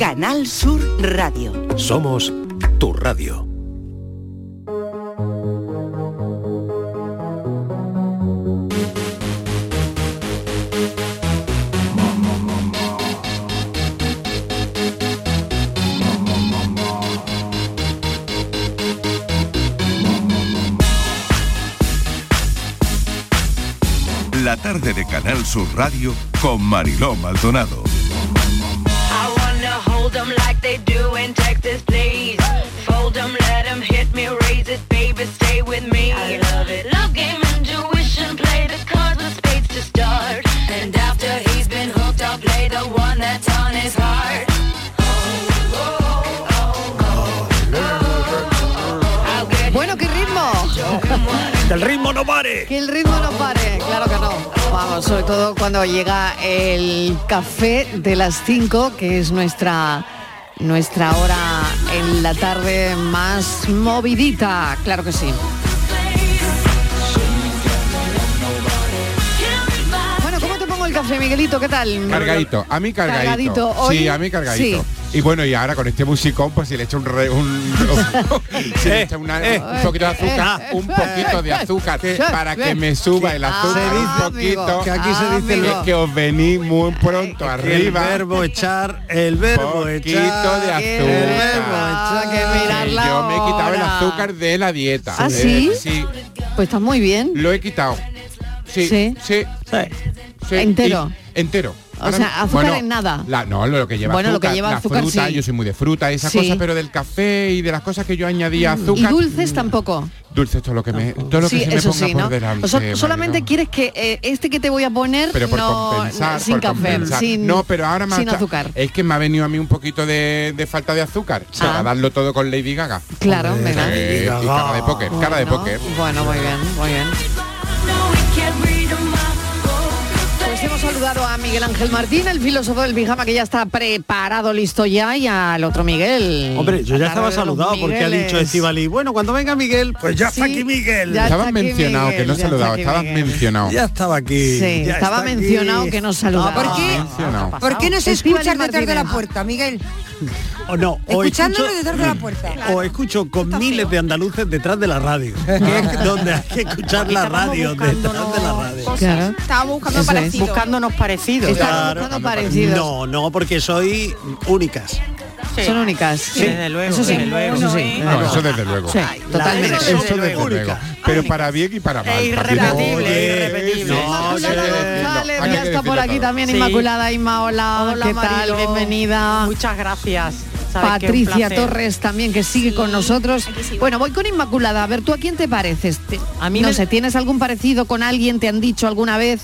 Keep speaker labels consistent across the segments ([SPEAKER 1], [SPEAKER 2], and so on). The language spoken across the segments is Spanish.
[SPEAKER 1] Canal Sur Radio.
[SPEAKER 2] Somos tu radio.
[SPEAKER 3] La tarde de Canal Sur Radio con Mariló Maldonado.
[SPEAKER 4] I wanna hold them like they do in Texas, please. Fold them, let them hit me, raise it, baby, stay with me. I love it. Love game, intuition, play the cards with spades to start. And after he's been hooked, I'll play the one that's on his heart.
[SPEAKER 5] Bueno, qué ritmo.
[SPEAKER 6] Que el ritmo no pare.
[SPEAKER 5] Que el ritmo no pare, claro que no. Vamos, sobre todo cuando llega el café de las 5, que es nuestra nuestra hora en la tarde más movidita, claro que sí. Bueno, ¿cómo te pongo el café, Miguelito? ¿Qué tal?
[SPEAKER 7] Cargadito, a mí cargadito.
[SPEAKER 5] Cargadito, hoy
[SPEAKER 7] sí, a mí cargadito. Y bueno, y ahora con este musicón, pues si le echa un, re- un- si
[SPEAKER 6] Eh,
[SPEAKER 7] le echa una- un poquito de azúcar, un poquito de azúcar,
[SPEAKER 6] eh,
[SPEAKER 7] para que me suba el azúcar un poquito.
[SPEAKER 6] que aquí se dice
[SPEAKER 7] que,
[SPEAKER 6] lo- Eh,
[SPEAKER 7] que os venís muy pronto arriba.
[SPEAKER 6] El verbo echar, el verbo
[SPEAKER 7] poquito
[SPEAKER 6] echar.
[SPEAKER 7] de
[SPEAKER 6] el
[SPEAKER 7] azúcar.
[SPEAKER 6] verbo echar.
[SPEAKER 7] Sí, yo me he quitado el azúcar de la dieta.
[SPEAKER 5] ¿Ah,
[SPEAKER 7] Eh,
[SPEAKER 5] sí?
[SPEAKER 7] sí,
[SPEAKER 5] Pues estás muy bien.
[SPEAKER 7] lo he quitado. Sí,
[SPEAKER 5] Sí.
[SPEAKER 7] sí. sí.
[SPEAKER 5] Entero.
[SPEAKER 7] Y- entero.
[SPEAKER 5] O sea, azúcar
[SPEAKER 7] Bueno,
[SPEAKER 5] en nada.
[SPEAKER 7] La- no, lo que lleva
[SPEAKER 5] Bueno, lo que
[SPEAKER 7] azúcar,
[SPEAKER 5] lleva
[SPEAKER 7] la
[SPEAKER 5] azúcar,
[SPEAKER 7] fruta,
[SPEAKER 5] sí.
[SPEAKER 7] yo soy muy de fruta, esas
[SPEAKER 5] Sí. Mm.
[SPEAKER 7] cosas, pero del café y de las cosas que yo añadía
[SPEAKER 5] Y
[SPEAKER 7] azúcar.
[SPEAKER 5] dulces tampoco.
[SPEAKER 7] Dulce, todo lo que me, todo lo que
[SPEAKER 5] sí,
[SPEAKER 7] se me
[SPEAKER 5] eso
[SPEAKER 7] ponga
[SPEAKER 5] sí,
[SPEAKER 7] por
[SPEAKER 5] ¿no?
[SPEAKER 7] delante.
[SPEAKER 5] O sea,
[SPEAKER 7] Mariló.
[SPEAKER 5] solamente quieres que eh, este que te voy a poner
[SPEAKER 7] pero por
[SPEAKER 5] no,
[SPEAKER 7] compensar,
[SPEAKER 5] sin
[SPEAKER 7] por
[SPEAKER 5] café,
[SPEAKER 7] compensar.
[SPEAKER 5] sin
[SPEAKER 7] no, pero ahora más
[SPEAKER 5] sin azúcar.
[SPEAKER 7] Es que me ha venido a mí un poquito de, de falta de azúcar. Para darlo todo con Lady Gaga.
[SPEAKER 5] Ah. Claro,
[SPEAKER 7] Eh,
[SPEAKER 5] ¿verdad?
[SPEAKER 7] y cara de póker, cara de póker.
[SPEAKER 5] Bueno, muy bien, muy bien. Pues hemos saludado a Miguel Ángel Martín, el filósofo del pijama que ya está preparado, listo ya, y al otro Miguel.
[SPEAKER 6] Hombre, yo ya
[SPEAKER 5] La tarde
[SPEAKER 6] estaba
[SPEAKER 5] de los
[SPEAKER 6] saludado porque ha dicho
[SPEAKER 5] Migueles.
[SPEAKER 6] Estivali. Bueno, cuando venga Miguel, pues ya está
[SPEAKER 5] Sí,
[SPEAKER 6] aquí Miguel.
[SPEAKER 5] ya
[SPEAKER 7] Estabas
[SPEAKER 5] está aquí
[SPEAKER 7] mencionado, que no he
[SPEAKER 5] Miguel, ya
[SPEAKER 7] saludado,
[SPEAKER 5] está aquí
[SPEAKER 7] estabas
[SPEAKER 5] Miguel.
[SPEAKER 7] mencionado.
[SPEAKER 6] Ya estaba aquí.
[SPEAKER 5] Sí,
[SPEAKER 6] ya
[SPEAKER 5] estaba
[SPEAKER 6] está aquí.
[SPEAKER 5] mencionado que no saludaba.
[SPEAKER 8] ¿por qué?
[SPEAKER 7] Mencionado.
[SPEAKER 8] ¿Por qué no se
[SPEAKER 5] Estíbaliz
[SPEAKER 8] escucha detrás de la
[SPEAKER 5] Martínez.
[SPEAKER 8] puerta, Miguel?
[SPEAKER 6] O no, o
[SPEAKER 8] Escuchándolo
[SPEAKER 6] escucho-
[SPEAKER 8] detrás de la puerta.
[SPEAKER 6] O escucho con miles de andaluces detrás de la radio. que es donde hay que escuchar la radio, detrás de la radio.
[SPEAKER 5] Claro.
[SPEAKER 9] Estábamos
[SPEAKER 5] Eso
[SPEAKER 9] buscando
[SPEAKER 5] es.
[SPEAKER 9] parecidos.
[SPEAKER 10] Buscándonos parecidos.
[SPEAKER 5] Estamos
[SPEAKER 6] Claro.
[SPEAKER 5] buscando parecidos.
[SPEAKER 6] No, no, porque soy únicas.
[SPEAKER 10] Sí.
[SPEAKER 5] Son únicas. Sí,
[SPEAKER 10] desde luego,
[SPEAKER 5] Eso sí,
[SPEAKER 10] desde luego.
[SPEAKER 5] eso
[SPEAKER 10] No,
[SPEAKER 5] sí. desde
[SPEAKER 7] No,
[SPEAKER 5] luego.
[SPEAKER 7] eso desde luego.
[SPEAKER 5] Sí, totalmente.
[SPEAKER 6] Eso
[SPEAKER 7] Eso desde
[SPEAKER 6] única.
[SPEAKER 7] luego. Pero para bien y para mal.
[SPEAKER 10] Es irrepetible,
[SPEAKER 7] Oye,
[SPEAKER 10] es irrepetible.
[SPEAKER 7] no, sí,
[SPEAKER 5] Inmaculada
[SPEAKER 7] hay que decirlo,
[SPEAKER 5] González,
[SPEAKER 7] Eh, hay que
[SPEAKER 5] ya está por
[SPEAKER 7] decirlo
[SPEAKER 5] aquí
[SPEAKER 7] todo.
[SPEAKER 5] también.
[SPEAKER 10] Sí.
[SPEAKER 5] Inmaculada Inma, hola,
[SPEAKER 10] Hola,
[SPEAKER 5] ¿qué
[SPEAKER 10] Mariló.
[SPEAKER 5] tal? Bienvenida.
[SPEAKER 10] Muchas gracias. Sabes que un
[SPEAKER 5] Patricia
[SPEAKER 10] placer.
[SPEAKER 5] Torres también que sigue con nosotros.
[SPEAKER 9] aquí sigo.
[SPEAKER 5] Bueno, voy con Inmaculada. A ver, ¿tú a quién te pareces? Te-
[SPEAKER 10] A mí
[SPEAKER 5] no
[SPEAKER 10] me-
[SPEAKER 5] sé, ¿tienes algún parecido con alguien? ¿Te han dicho alguna vez?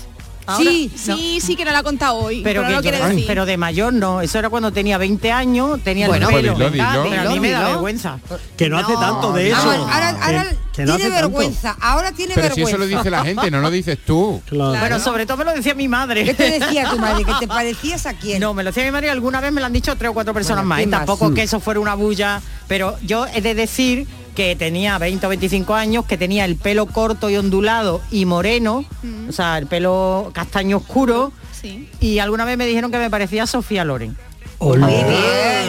[SPEAKER 9] Sí, sí, sí que no la ha contado hoy,
[SPEAKER 10] Pero,
[SPEAKER 9] pero,
[SPEAKER 10] que
[SPEAKER 9] no lo
[SPEAKER 10] yo-
[SPEAKER 9] quiere decir.
[SPEAKER 10] pero de mayor no, eso era cuando tenía 20 años, tenía
[SPEAKER 5] Bueno,
[SPEAKER 10] el pelo.
[SPEAKER 7] Pues dilo, dilo.
[SPEAKER 10] Pero a mí me da
[SPEAKER 5] Dilo.
[SPEAKER 10] vergüenza.
[SPEAKER 6] Que no, hace tanto
[SPEAKER 5] Ah,
[SPEAKER 6] de
[SPEAKER 7] Ah,
[SPEAKER 6] eso. Eh,
[SPEAKER 8] Vamos, ahora ahora
[SPEAKER 6] Que- que no
[SPEAKER 8] tiene
[SPEAKER 6] hace tanto.
[SPEAKER 8] vergüenza, ahora tiene
[SPEAKER 7] Pero si
[SPEAKER 8] vergüenza.
[SPEAKER 7] eso lo dice la gente, no lo dices tú.
[SPEAKER 6] Claro.
[SPEAKER 10] Bueno, sobre todo me lo decía mi madre.
[SPEAKER 8] ¿Qué te decía tu madre? ¿Que te parecías a quién?
[SPEAKER 10] No, me lo decía mi madre y alguna vez me lo han dicho tres o cuatro personas
[SPEAKER 8] Bueno,
[SPEAKER 10] más. Y
[SPEAKER 8] ¿quién más?
[SPEAKER 10] tampoco
[SPEAKER 6] Mm.
[SPEAKER 10] que eso fuera una bulla, pero yo he de decir que tenía 20 o 25 años, que tenía el pelo corto y ondulado y moreno,
[SPEAKER 5] Mm.
[SPEAKER 10] o sea, el pelo castaño oscuro.
[SPEAKER 9] Sí.
[SPEAKER 10] Y alguna vez me dijeron que me parecía a Sofía Loren.
[SPEAKER 8] Muy bien.
[SPEAKER 5] Vaya,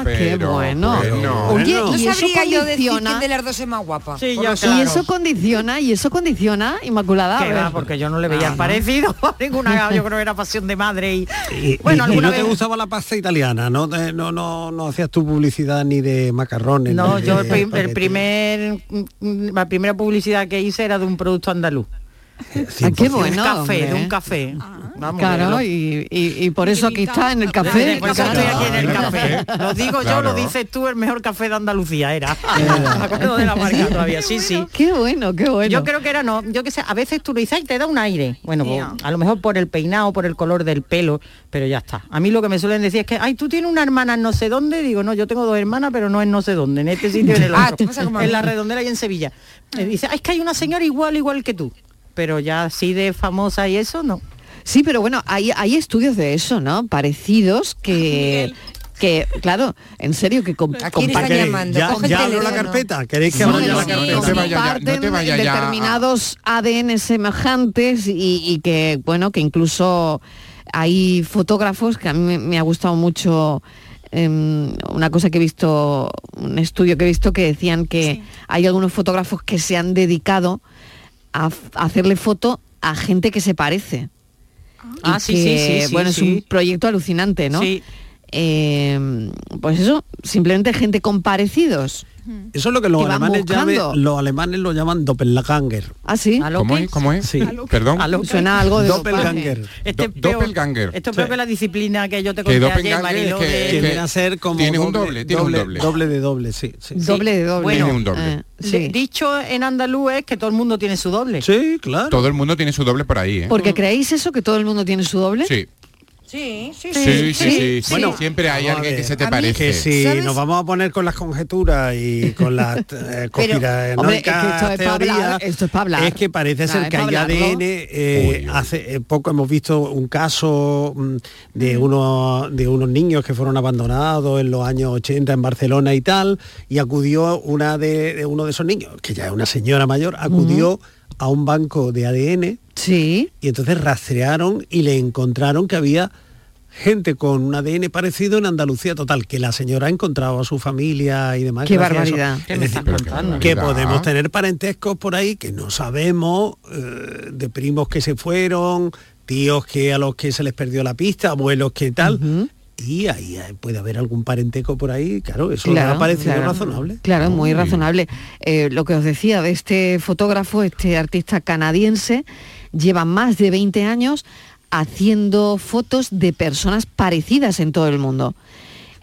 [SPEAKER 5] Ah, qué
[SPEAKER 7] pero
[SPEAKER 5] bueno.
[SPEAKER 7] bueno.
[SPEAKER 5] Oye,
[SPEAKER 6] Bueno.
[SPEAKER 8] No
[SPEAKER 5] y eso
[SPEAKER 8] sabría yo decir
[SPEAKER 5] condiciona.
[SPEAKER 8] quién de las dos es más guapa.
[SPEAKER 10] Sí,
[SPEAKER 8] Por
[SPEAKER 10] yo
[SPEAKER 8] los
[SPEAKER 10] claro.
[SPEAKER 5] Y eso condiciona, y eso condiciona, Inmaculada. Ah, A
[SPEAKER 10] Que
[SPEAKER 5] ver.
[SPEAKER 10] va, porque yo no le
[SPEAKER 6] Ah,
[SPEAKER 10] veía el parecido a ninguna, yo creo que era pasión de madre y,
[SPEAKER 6] Y,
[SPEAKER 10] bueno,
[SPEAKER 6] y- y
[SPEAKER 10] alguna
[SPEAKER 6] no
[SPEAKER 10] vez
[SPEAKER 6] te gustaba la pasta italiana, no, te- no, no, no hacías tu publicidad ni de macarrones.
[SPEAKER 10] No,
[SPEAKER 6] ni
[SPEAKER 10] yo
[SPEAKER 6] de
[SPEAKER 10] el, prim- el
[SPEAKER 6] espagueti.
[SPEAKER 10] primer mm, la primera publicidad que hice era de un producto andaluz.
[SPEAKER 5] Ah, qué
[SPEAKER 10] De
[SPEAKER 5] bueno.
[SPEAKER 10] un café, de
[SPEAKER 5] hombre.
[SPEAKER 10] un café. Vamos,
[SPEAKER 5] Claro,
[SPEAKER 10] verlo.
[SPEAKER 5] y, y- y por eso aquí está en el
[SPEAKER 10] Desde
[SPEAKER 5] café.
[SPEAKER 10] cuando
[SPEAKER 5] Claro.
[SPEAKER 10] estoy aquí en el
[SPEAKER 7] Claro.
[SPEAKER 10] café. Lo digo yo, lo
[SPEAKER 7] Claro. Eh.
[SPEAKER 10] dices tú, el mejor café de Andalucía era. Me acuerdo de la marca todavía, sí, sí.
[SPEAKER 5] Qué bueno, qué bueno.
[SPEAKER 10] Yo creo que era no, yo que sé, a veces tú lo dices y te da un aire. Bueno, pues, a lo mejor por el peinado, por el color del pelo, pero ya está. A mí lo que me suelen decir es que, ay, tú tienes una hermana en no sé dónde, digo, no, yo tengo dos hermanas, pero no en no sé dónde, en este sitio y en el
[SPEAKER 8] Ah,
[SPEAKER 10] otro.
[SPEAKER 8] te pasa como a
[SPEAKER 10] en la
[SPEAKER 8] mí.
[SPEAKER 10] redondela y en Sevilla. Me dice, "Ay, es que hay una señora igual, igual que tú. Pero ya así de famosa y eso, no.
[SPEAKER 5] Sí, pero bueno, hay, hay estudios de eso, ¿no? Parecidos
[SPEAKER 8] Ah,
[SPEAKER 5] que, que claro, en serio, que comp-
[SPEAKER 8] quién
[SPEAKER 6] ¿Para
[SPEAKER 8] están
[SPEAKER 6] qué?
[SPEAKER 8] llamando?
[SPEAKER 6] Ya,
[SPEAKER 8] Coge el
[SPEAKER 6] ya abro la
[SPEAKER 8] teléfono.
[SPEAKER 6] carpeta. ¿Queréis que
[SPEAKER 5] Sí,
[SPEAKER 6] abra ya
[SPEAKER 5] sí,
[SPEAKER 6] la
[SPEAKER 5] sí,
[SPEAKER 6] carpeta?
[SPEAKER 7] no te
[SPEAKER 5] sí,
[SPEAKER 7] vayas ya, no te
[SPEAKER 5] comparten
[SPEAKER 7] vayas ya a-
[SPEAKER 5] determinados ADN semejantes y, y que, bueno, que incluso hay fotógrafos que a mí me, me ha gustado mucho em, una cosa que he visto, un estudio que he visto que decían que hay algunos fotógrafos que se han dedicado a, f- a hacerle foto a gente que se parece. Y
[SPEAKER 10] Ah, sí, sí,
[SPEAKER 5] que,
[SPEAKER 10] sí, sí,
[SPEAKER 5] Bueno, es
[SPEAKER 10] sí.
[SPEAKER 5] un proyecto alucinante, ¿no?
[SPEAKER 10] Sí.
[SPEAKER 5] Eh, pues eso, simplemente gente con parecidos.
[SPEAKER 6] Eso es lo que los
[SPEAKER 5] Que van
[SPEAKER 6] alemanes llaman,
[SPEAKER 5] buscando.
[SPEAKER 6] los alemanes lo llaman doppelganger.
[SPEAKER 5] ¿Ah, sí?
[SPEAKER 7] ¿Cómo es? ¿Cómo es?
[SPEAKER 6] Sí.
[SPEAKER 7] Perdón.
[SPEAKER 5] Suena algo de
[SPEAKER 6] doppelganger.
[SPEAKER 10] Este es peor-
[SPEAKER 7] Doppelganger.
[SPEAKER 10] Esto es peor que la disciplina que yo te
[SPEAKER 7] Que
[SPEAKER 10] conté ayer,
[SPEAKER 7] doppelganger
[SPEAKER 10] Mariló,
[SPEAKER 7] es que-
[SPEAKER 10] de-
[SPEAKER 6] Que viene a ser como
[SPEAKER 7] Tiene un doble, tiene un doble.
[SPEAKER 6] de doble, sí, sí.
[SPEAKER 5] Doble de doble.
[SPEAKER 10] Bueno,
[SPEAKER 7] Tiene un doble.
[SPEAKER 5] eh,
[SPEAKER 10] de-
[SPEAKER 5] sí.
[SPEAKER 10] Dicho en andaluz es que todo el mundo tiene su doble.
[SPEAKER 6] Sí, claro.
[SPEAKER 7] Todo el mundo tiene su doble por ahí, ¿eh?
[SPEAKER 5] Porque creéis eso, que todo el mundo tiene su doble.
[SPEAKER 7] Sí.
[SPEAKER 8] Sí, sí,
[SPEAKER 7] Sí, sí, sí.
[SPEAKER 5] sí,
[SPEAKER 7] sí.
[SPEAKER 5] sí.
[SPEAKER 7] Bueno, siempre hay
[SPEAKER 6] Vamos Eh, a
[SPEAKER 7] alguien que
[SPEAKER 6] ver.
[SPEAKER 7] se
[SPEAKER 8] A
[SPEAKER 7] te
[SPEAKER 8] mí-
[SPEAKER 6] Que
[SPEAKER 7] parece.
[SPEAKER 6] si
[SPEAKER 8] ¿Sabes?
[SPEAKER 6] nos vamos a poner con las conjeturas y con las eh, conspiranoicas
[SPEAKER 5] hombre, es que esto es pa'
[SPEAKER 6] teorías,
[SPEAKER 5] hablar, esto es pa' hablar.
[SPEAKER 6] es que parece
[SPEAKER 5] Nada,
[SPEAKER 6] ser
[SPEAKER 5] es
[SPEAKER 6] que
[SPEAKER 5] pa'
[SPEAKER 6] hay
[SPEAKER 5] hablarlo.
[SPEAKER 6] ADN. eh, hace eh, poco hemos visto un caso mm, de, unos, de unos niños que fueron abandonados en los años 80 en Barcelona y tal, y acudió una de, de uno de esos niños, que ya es una señora mayor, acudió a un banco de ADN
[SPEAKER 5] Sí.
[SPEAKER 6] y entonces rastrearon y le encontraron que había gente con un ADN parecido en Andalucía total, que la señora ha encontrado a su familia y demás.
[SPEAKER 5] Qué
[SPEAKER 6] gracias a eso.
[SPEAKER 5] barbaridad.
[SPEAKER 6] Es decir,
[SPEAKER 7] Pero qué barbaridad.
[SPEAKER 6] que podemos tener parentescos por ahí que no sabemos, eh, de primos que se fueron, tíos que a los que se les perdió la pista, abuelos que tal. Y ahí eh, puede haber algún parentesco por ahí, claro, eso me ha parecido
[SPEAKER 5] claro.
[SPEAKER 6] razonable.
[SPEAKER 5] Claro, muy
[SPEAKER 7] Uy.
[SPEAKER 5] razonable. Eh, lo que os decía de este fotógrafo, este artista canadiense, lleva más de 20 años haciendo fotos de personas parecidas en todo el mundo.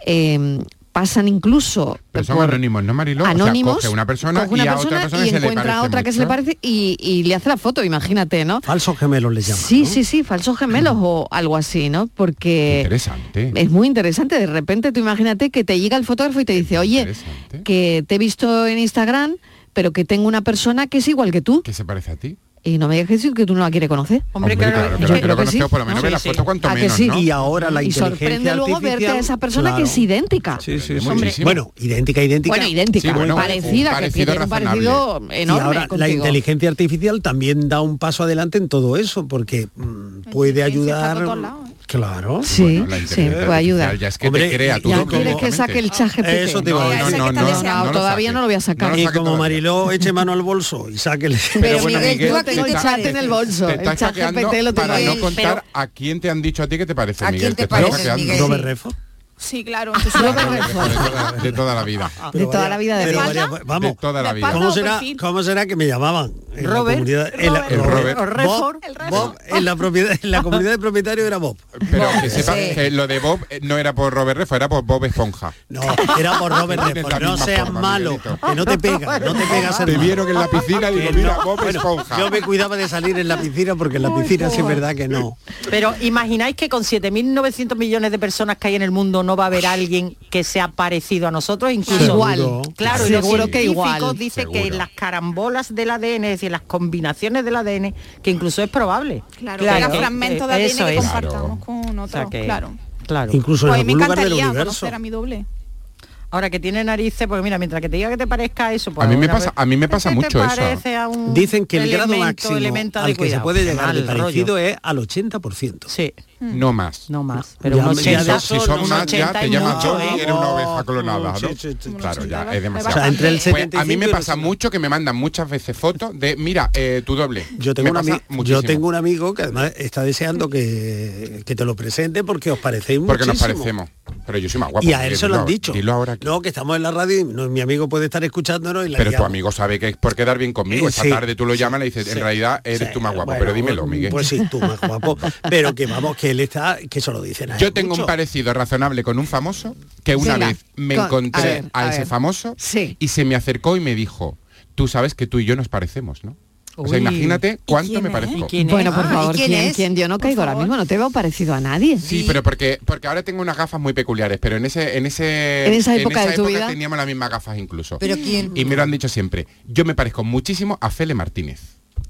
[SPEAKER 5] Eh, pasan incluso
[SPEAKER 7] Pero son
[SPEAKER 5] por-
[SPEAKER 7] anónimos, ¿no, Mariló? O sea,
[SPEAKER 5] anónimos
[SPEAKER 7] coge una persona
[SPEAKER 5] coge una
[SPEAKER 7] y a
[SPEAKER 5] persona
[SPEAKER 7] otra persona
[SPEAKER 5] y
[SPEAKER 7] que se le
[SPEAKER 5] encuentra a
[SPEAKER 7] parece
[SPEAKER 5] otra que se le
[SPEAKER 7] mucho.
[SPEAKER 5] parece y, y le hace la foto imagínate no
[SPEAKER 6] Falsos gemelos les llaman.
[SPEAKER 5] sí
[SPEAKER 6] ¿no?
[SPEAKER 5] sí sí falsos gemelos o algo así no porque
[SPEAKER 7] Interesante.
[SPEAKER 5] es muy interesante. De repente tú imagínate que te llega el fotógrafo y te dice, oye,
[SPEAKER 7] Interesante.
[SPEAKER 5] que te he visto en Instagram, pero que tengo una persona que es igual que tú.
[SPEAKER 7] ¿Qué se parece a ti?
[SPEAKER 5] Y no me digas que tú no la quieres conocer.
[SPEAKER 10] Hombre,
[SPEAKER 7] Hombre,
[SPEAKER 10] claro,
[SPEAKER 7] claro,
[SPEAKER 10] yo
[SPEAKER 7] pero hay que
[SPEAKER 10] creo
[SPEAKER 7] lo
[SPEAKER 10] que
[SPEAKER 5] sí,
[SPEAKER 7] conozcamos por lo menos
[SPEAKER 10] ¿no?
[SPEAKER 7] de la
[SPEAKER 10] Sí,
[SPEAKER 7] foto
[SPEAKER 10] sí.
[SPEAKER 7] cuanto
[SPEAKER 5] ¿A que
[SPEAKER 7] menos,
[SPEAKER 5] sí?
[SPEAKER 7] ¿no?
[SPEAKER 6] Y ahora la
[SPEAKER 5] y
[SPEAKER 6] inteligencia
[SPEAKER 5] sorprende luego verte a
[SPEAKER 6] artificial,
[SPEAKER 5] esa persona que
[SPEAKER 6] claro.
[SPEAKER 5] es idéntica.
[SPEAKER 6] Sí, sí, sí.
[SPEAKER 7] Hombre. Muchísimo.
[SPEAKER 6] Bueno, idéntica, idéntica.
[SPEAKER 5] Bueno, idéntica,
[SPEAKER 7] Sí, bueno,
[SPEAKER 5] parecida,
[SPEAKER 7] un
[SPEAKER 5] que
[SPEAKER 7] parecido
[SPEAKER 5] tiene un parecido enorme
[SPEAKER 6] y ahora la
[SPEAKER 5] contigo.
[SPEAKER 6] inteligencia artificial también da un paso adelante en todo eso, porque mm, puede
[SPEAKER 9] inteligencia está
[SPEAKER 6] ayudar.
[SPEAKER 9] por todos lados, ¿eh?
[SPEAKER 6] Claro.
[SPEAKER 5] Sí,
[SPEAKER 7] Bueno, la
[SPEAKER 5] sí,
[SPEAKER 7] inteligencia
[SPEAKER 5] puede ayudar.
[SPEAKER 7] artificial Ya es que
[SPEAKER 6] Hombre,
[SPEAKER 7] te crea tu
[SPEAKER 5] Ya
[SPEAKER 7] doble,
[SPEAKER 5] quieres que
[SPEAKER 7] obviamente.
[SPEAKER 5] saque el pues chat GPT.
[SPEAKER 6] Eso te iba a
[SPEAKER 9] No,
[SPEAKER 6] decir.
[SPEAKER 9] ese que está deseando.
[SPEAKER 7] lo
[SPEAKER 5] Todavía
[SPEAKER 7] saque.
[SPEAKER 5] no lo voy a sacar.
[SPEAKER 7] lo
[SPEAKER 6] y
[SPEAKER 7] saque
[SPEAKER 6] como
[SPEAKER 7] todavía.
[SPEAKER 6] Mariló eche mano al bolso y sáquele.
[SPEAKER 5] Pero
[SPEAKER 7] bueno,
[SPEAKER 5] Miguel,
[SPEAKER 7] Miguel,
[SPEAKER 5] yo
[SPEAKER 7] te
[SPEAKER 5] tengo el
[SPEAKER 7] está-
[SPEAKER 5] chat en el bolso.
[SPEAKER 7] Te
[SPEAKER 5] El
[SPEAKER 7] estás
[SPEAKER 5] chat
[SPEAKER 7] hackeando
[SPEAKER 5] GPT lo tengo
[SPEAKER 7] para no
[SPEAKER 5] ahí.
[SPEAKER 7] contar a quién te han dicho a ti que te parece,
[SPEAKER 8] ¿A quién
[SPEAKER 7] Miguel.
[SPEAKER 8] te
[SPEAKER 7] estás
[SPEAKER 8] parece,
[SPEAKER 7] hackeando.
[SPEAKER 8] Miguel?
[SPEAKER 6] Robert Refo.
[SPEAKER 9] Sí,
[SPEAKER 8] Ah,
[SPEAKER 9] claro. esto es una-
[SPEAKER 5] Robert
[SPEAKER 7] Robert
[SPEAKER 5] Redford.
[SPEAKER 7] Redford, de toda- De toda la vida.
[SPEAKER 5] De toda la vida de
[SPEAKER 6] Pero
[SPEAKER 5] Miguel.
[SPEAKER 6] varias- Vamos.
[SPEAKER 7] De toda la
[SPEAKER 9] De
[SPEAKER 7] vida.
[SPEAKER 9] espalda.
[SPEAKER 6] ¿Cómo
[SPEAKER 9] Todo
[SPEAKER 6] será,
[SPEAKER 9] perfil.
[SPEAKER 6] ¿Cómo será que me llamaban? En
[SPEAKER 10] Robert,
[SPEAKER 6] la comunidad, en la,
[SPEAKER 9] Robert,
[SPEAKER 7] El Robert.
[SPEAKER 6] Bob,
[SPEAKER 10] Redford,
[SPEAKER 9] el
[SPEAKER 6] Bob, en la propiedad, en la comunidad de propietarios era Bob.
[SPEAKER 7] Pero que sepa
[SPEAKER 8] Sí.
[SPEAKER 7] que lo de Bob eh, no era por Robert Refo, era por Bob Esponja.
[SPEAKER 6] No, era por Robert
[SPEAKER 7] Tienes
[SPEAKER 6] Redford.
[SPEAKER 7] la
[SPEAKER 6] No
[SPEAKER 7] misma
[SPEAKER 6] seas
[SPEAKER 7] forma,
[SPEAKER 6] malo,
[SPEAKER 7] Miguelito.
[SPEAKER 6] que no te pega, no te pegas
[SPEAKER 7] Te vieron en la piscina y digo, mira, Bob Esponja.
[SPEAKER 6] Yo me cuidaba de salir en la piscina porque en la piscina sí es verdad que no.
[SPEAKER 10] Pero imagináis que con 7.900 millones de personas que hay en el mundo no va a haber alguien que sea parecido a nosotros, incluso
[SPEAKER 5] Igual.
[SPEAKER 10] Claro, y
[SPEAKER 5] seguro
[SPEAKER 10] los
[SPEAKER 5] que igual.
[SPEAKER 10] científicos dicen
[SPEAKER 7] Seguro.
[SPEAKER 10] que en las carambolas del ADN, es decir, las combinaciones del ADN, que incluso es probable.
[SPEAKER 9] Claro, que era fragmento de ADN
[SPEAKER 10] Eso
[SPEAKER 9] que
[SPEAKER 10] es.
[SPEAKER 9] compartamos con
[SPEAKER 10] O sea
[SPEAKER 9] otro.
[SPEAKER 10] que-
[SPEAKER 9] Claro.
[SPEAKER 10] Claro.
[SPEAKER 6] Incluso en
[SPEAKER 9] Pues a mí me
[SPEAKER 6] algún lugar del
[SPEAKER 9] encantaría
[SPEAKER 6] universo.
[SPEAKER 9] conocer a mi doble.
[SPEAKER 10] Ahora que tiene narices, porque mira, mientras que te diga que te parezca eso, pues
[SPEAKER 7] A mí me
[SPEAKER 10] alguna
[SPEAKER 7] pasa-
[SPEAKER 10] vez-
[SPEAKER 7] a mí me pasa
[SPEAKER 10] ¿Te
[SPEAKER 7] mucho eso.
[SPEAKER 10] parece a un
[SPEAKER 6] Dicen que el grado
[SPEAKER 10] elemento,
[SPEAKER 6] máximo
[SPEAKER 10] elemento
[SPEAKER 6] al
[SPEAKER 10] de
[SPEAKER 6] que se
[SPEAKER 10] cuidado?
[SPEAKER 6] puede llegar de
[SPEAKER 10] Mal rollo.
[SPEAKER 6] parecido es al 80%.
[SPEAKER 10] Sí,
[SPEAKER 7] No más.
[SPEAKER 10] no más. Pero
[SPEAKER 6] Ya
[SPEAKER 10] un
[SPEAKER 6] me- ya
[SPEAKER 10] 80,
[SPEAKER 6] de-
[SPEAKER 7] Si son
[SPEAKER 10] un
[SPEAKER 7] más ya
[SPEAKER 10] 80
[SPEAKER 7] te
[SPEAKER 10] y
[SPEAKER 7] llaman
[SPEAKER 10] mucho,
[SPEAKER 7] Johnny
[SPEAKER 10] ¿eh?
[SPEAKER 7] y eres una oveja clonada,
[SPEAKER 6] Sí, sí, sí.
[SPEAKER 7] ¿no? Claro, ya es
[SPEAKER 6] O
[SPEAKER 7] demasiado.
[SPEAKER 6] sea, entre el
[SPEAKER 7] Pues a mí
[SPEAKER 6] 75 y
[SPEAKER 7] me
[SPEAKER 6] el
[SPEAKER 7] pasa
[SPEAKER 6] 80.
[SPEAKER 7] mucho que me mandan muchas veces fotos de, mira, eh, tu doble.
[SPEAKER 6] Yo tengo,
[SPEAKER 7] Me
[SPEAKER 6] un
[SPEAKER 7] pasa
[SPEAKER 6] ami- yo
[SPEAKER 7] muchísimo.
[SPEAKER 6] tengo un amigo que además está deseando que, que te lo presente porque os parecéis
[SPEAKER 7] Porque nos
[SPEAKER 6] muchísimo.
[SPEAKER 7] parecemos. Pero yo soy más guapo.
[SPEAKER 6] y a él
[SPEAKER 7] Miguel,
[SPEAKER 6] se lo
[SPEAKER 7] Ah, pues dilo
[SPEAKER 6] han
[SPEAKER 7] ahora-
[SPEAKER 6] dicho.
[SPEAKER 7] Dilo ahora. aquí.
[SPEAKER 6] No, que estamos en la radio y no- mi amigo puede estar escuchándonos y la
[SPEAKER 7] Pero tu
[SPEAKER 6] liamos.
[SPEAKER 7] amigo sabe que es por quedar bien conmigo.
[SPEAKER 6] Eh,
[SPEAKER 7] Esta
[SPEAKER 6] sí.
[SPEAKER 7] tarde tú lo llamas y le dices,
[SPEAKER 6] Sí.
[SPEAKER 7] en realidad eres
[SPEAKER 6] Sí,
[SPEAKER 7] tú más guapo.
[SPEAKER 6] bueno,
[SPEAKER 7] pero dímelo, Miguel.
[SPEAKER 6] Pues sí, tú más guapo. pero que vamos, que él está, que se lo dicen a él
[SPEAKER 7] Yo tengo
[SPEAKER 6] mucho.
[SPEAKER 7] un parecido razonable con un famoso que una
[SPEAKER 5] Venga,
[SPEAKER 7] vez me
[SPEAKER 5] con-
[SPEAKER 7] encontré a,
[SPEAKER 5] a ver, a
[SPEAKER 7] ese
[SPEAKER 5] ver.
[SPEAKER 7] famoso
[SPEAKER 5] Sí.
[SPEAKER 7] y se me acercó y me dijo, tú sabes que tú y yo nos parecemos, ¿no? O sea,
[SPEAKER 10] Uy.
[SPEAKER 7] imagínate cuánto
[SPEAKER 8] quién
[SPEAKER 7] me
[SPEAKER 8] es?
[SPEAKER 7] parezco.
[SPEAKER 5] Bueno, por
[SPEAKER 8] Ah, ¿y
[SPEAKER 5] favor,
[SPEAKER 8] quién
[SPEAKER 5] ¿quién,
[SPEAKER 8] es?
[SPEAKER 5] quién? Yo no caigo ahora mismo, no te veo parecido a nadie.
[SPEAKER 7] Sí, pero porque porque ahora tengo unas gafas muy peculiares, pero en ese en ese
[SPEAKER 5] En esa época de tu vida.
[SPEAKER 7] teníamos las mismas gafas incluso.
[SPEAKER 8] Pero quién.
[SPEAKER 7] y me lo han dicho siempre. Yo me parezco muchísimo a Fele Martínez.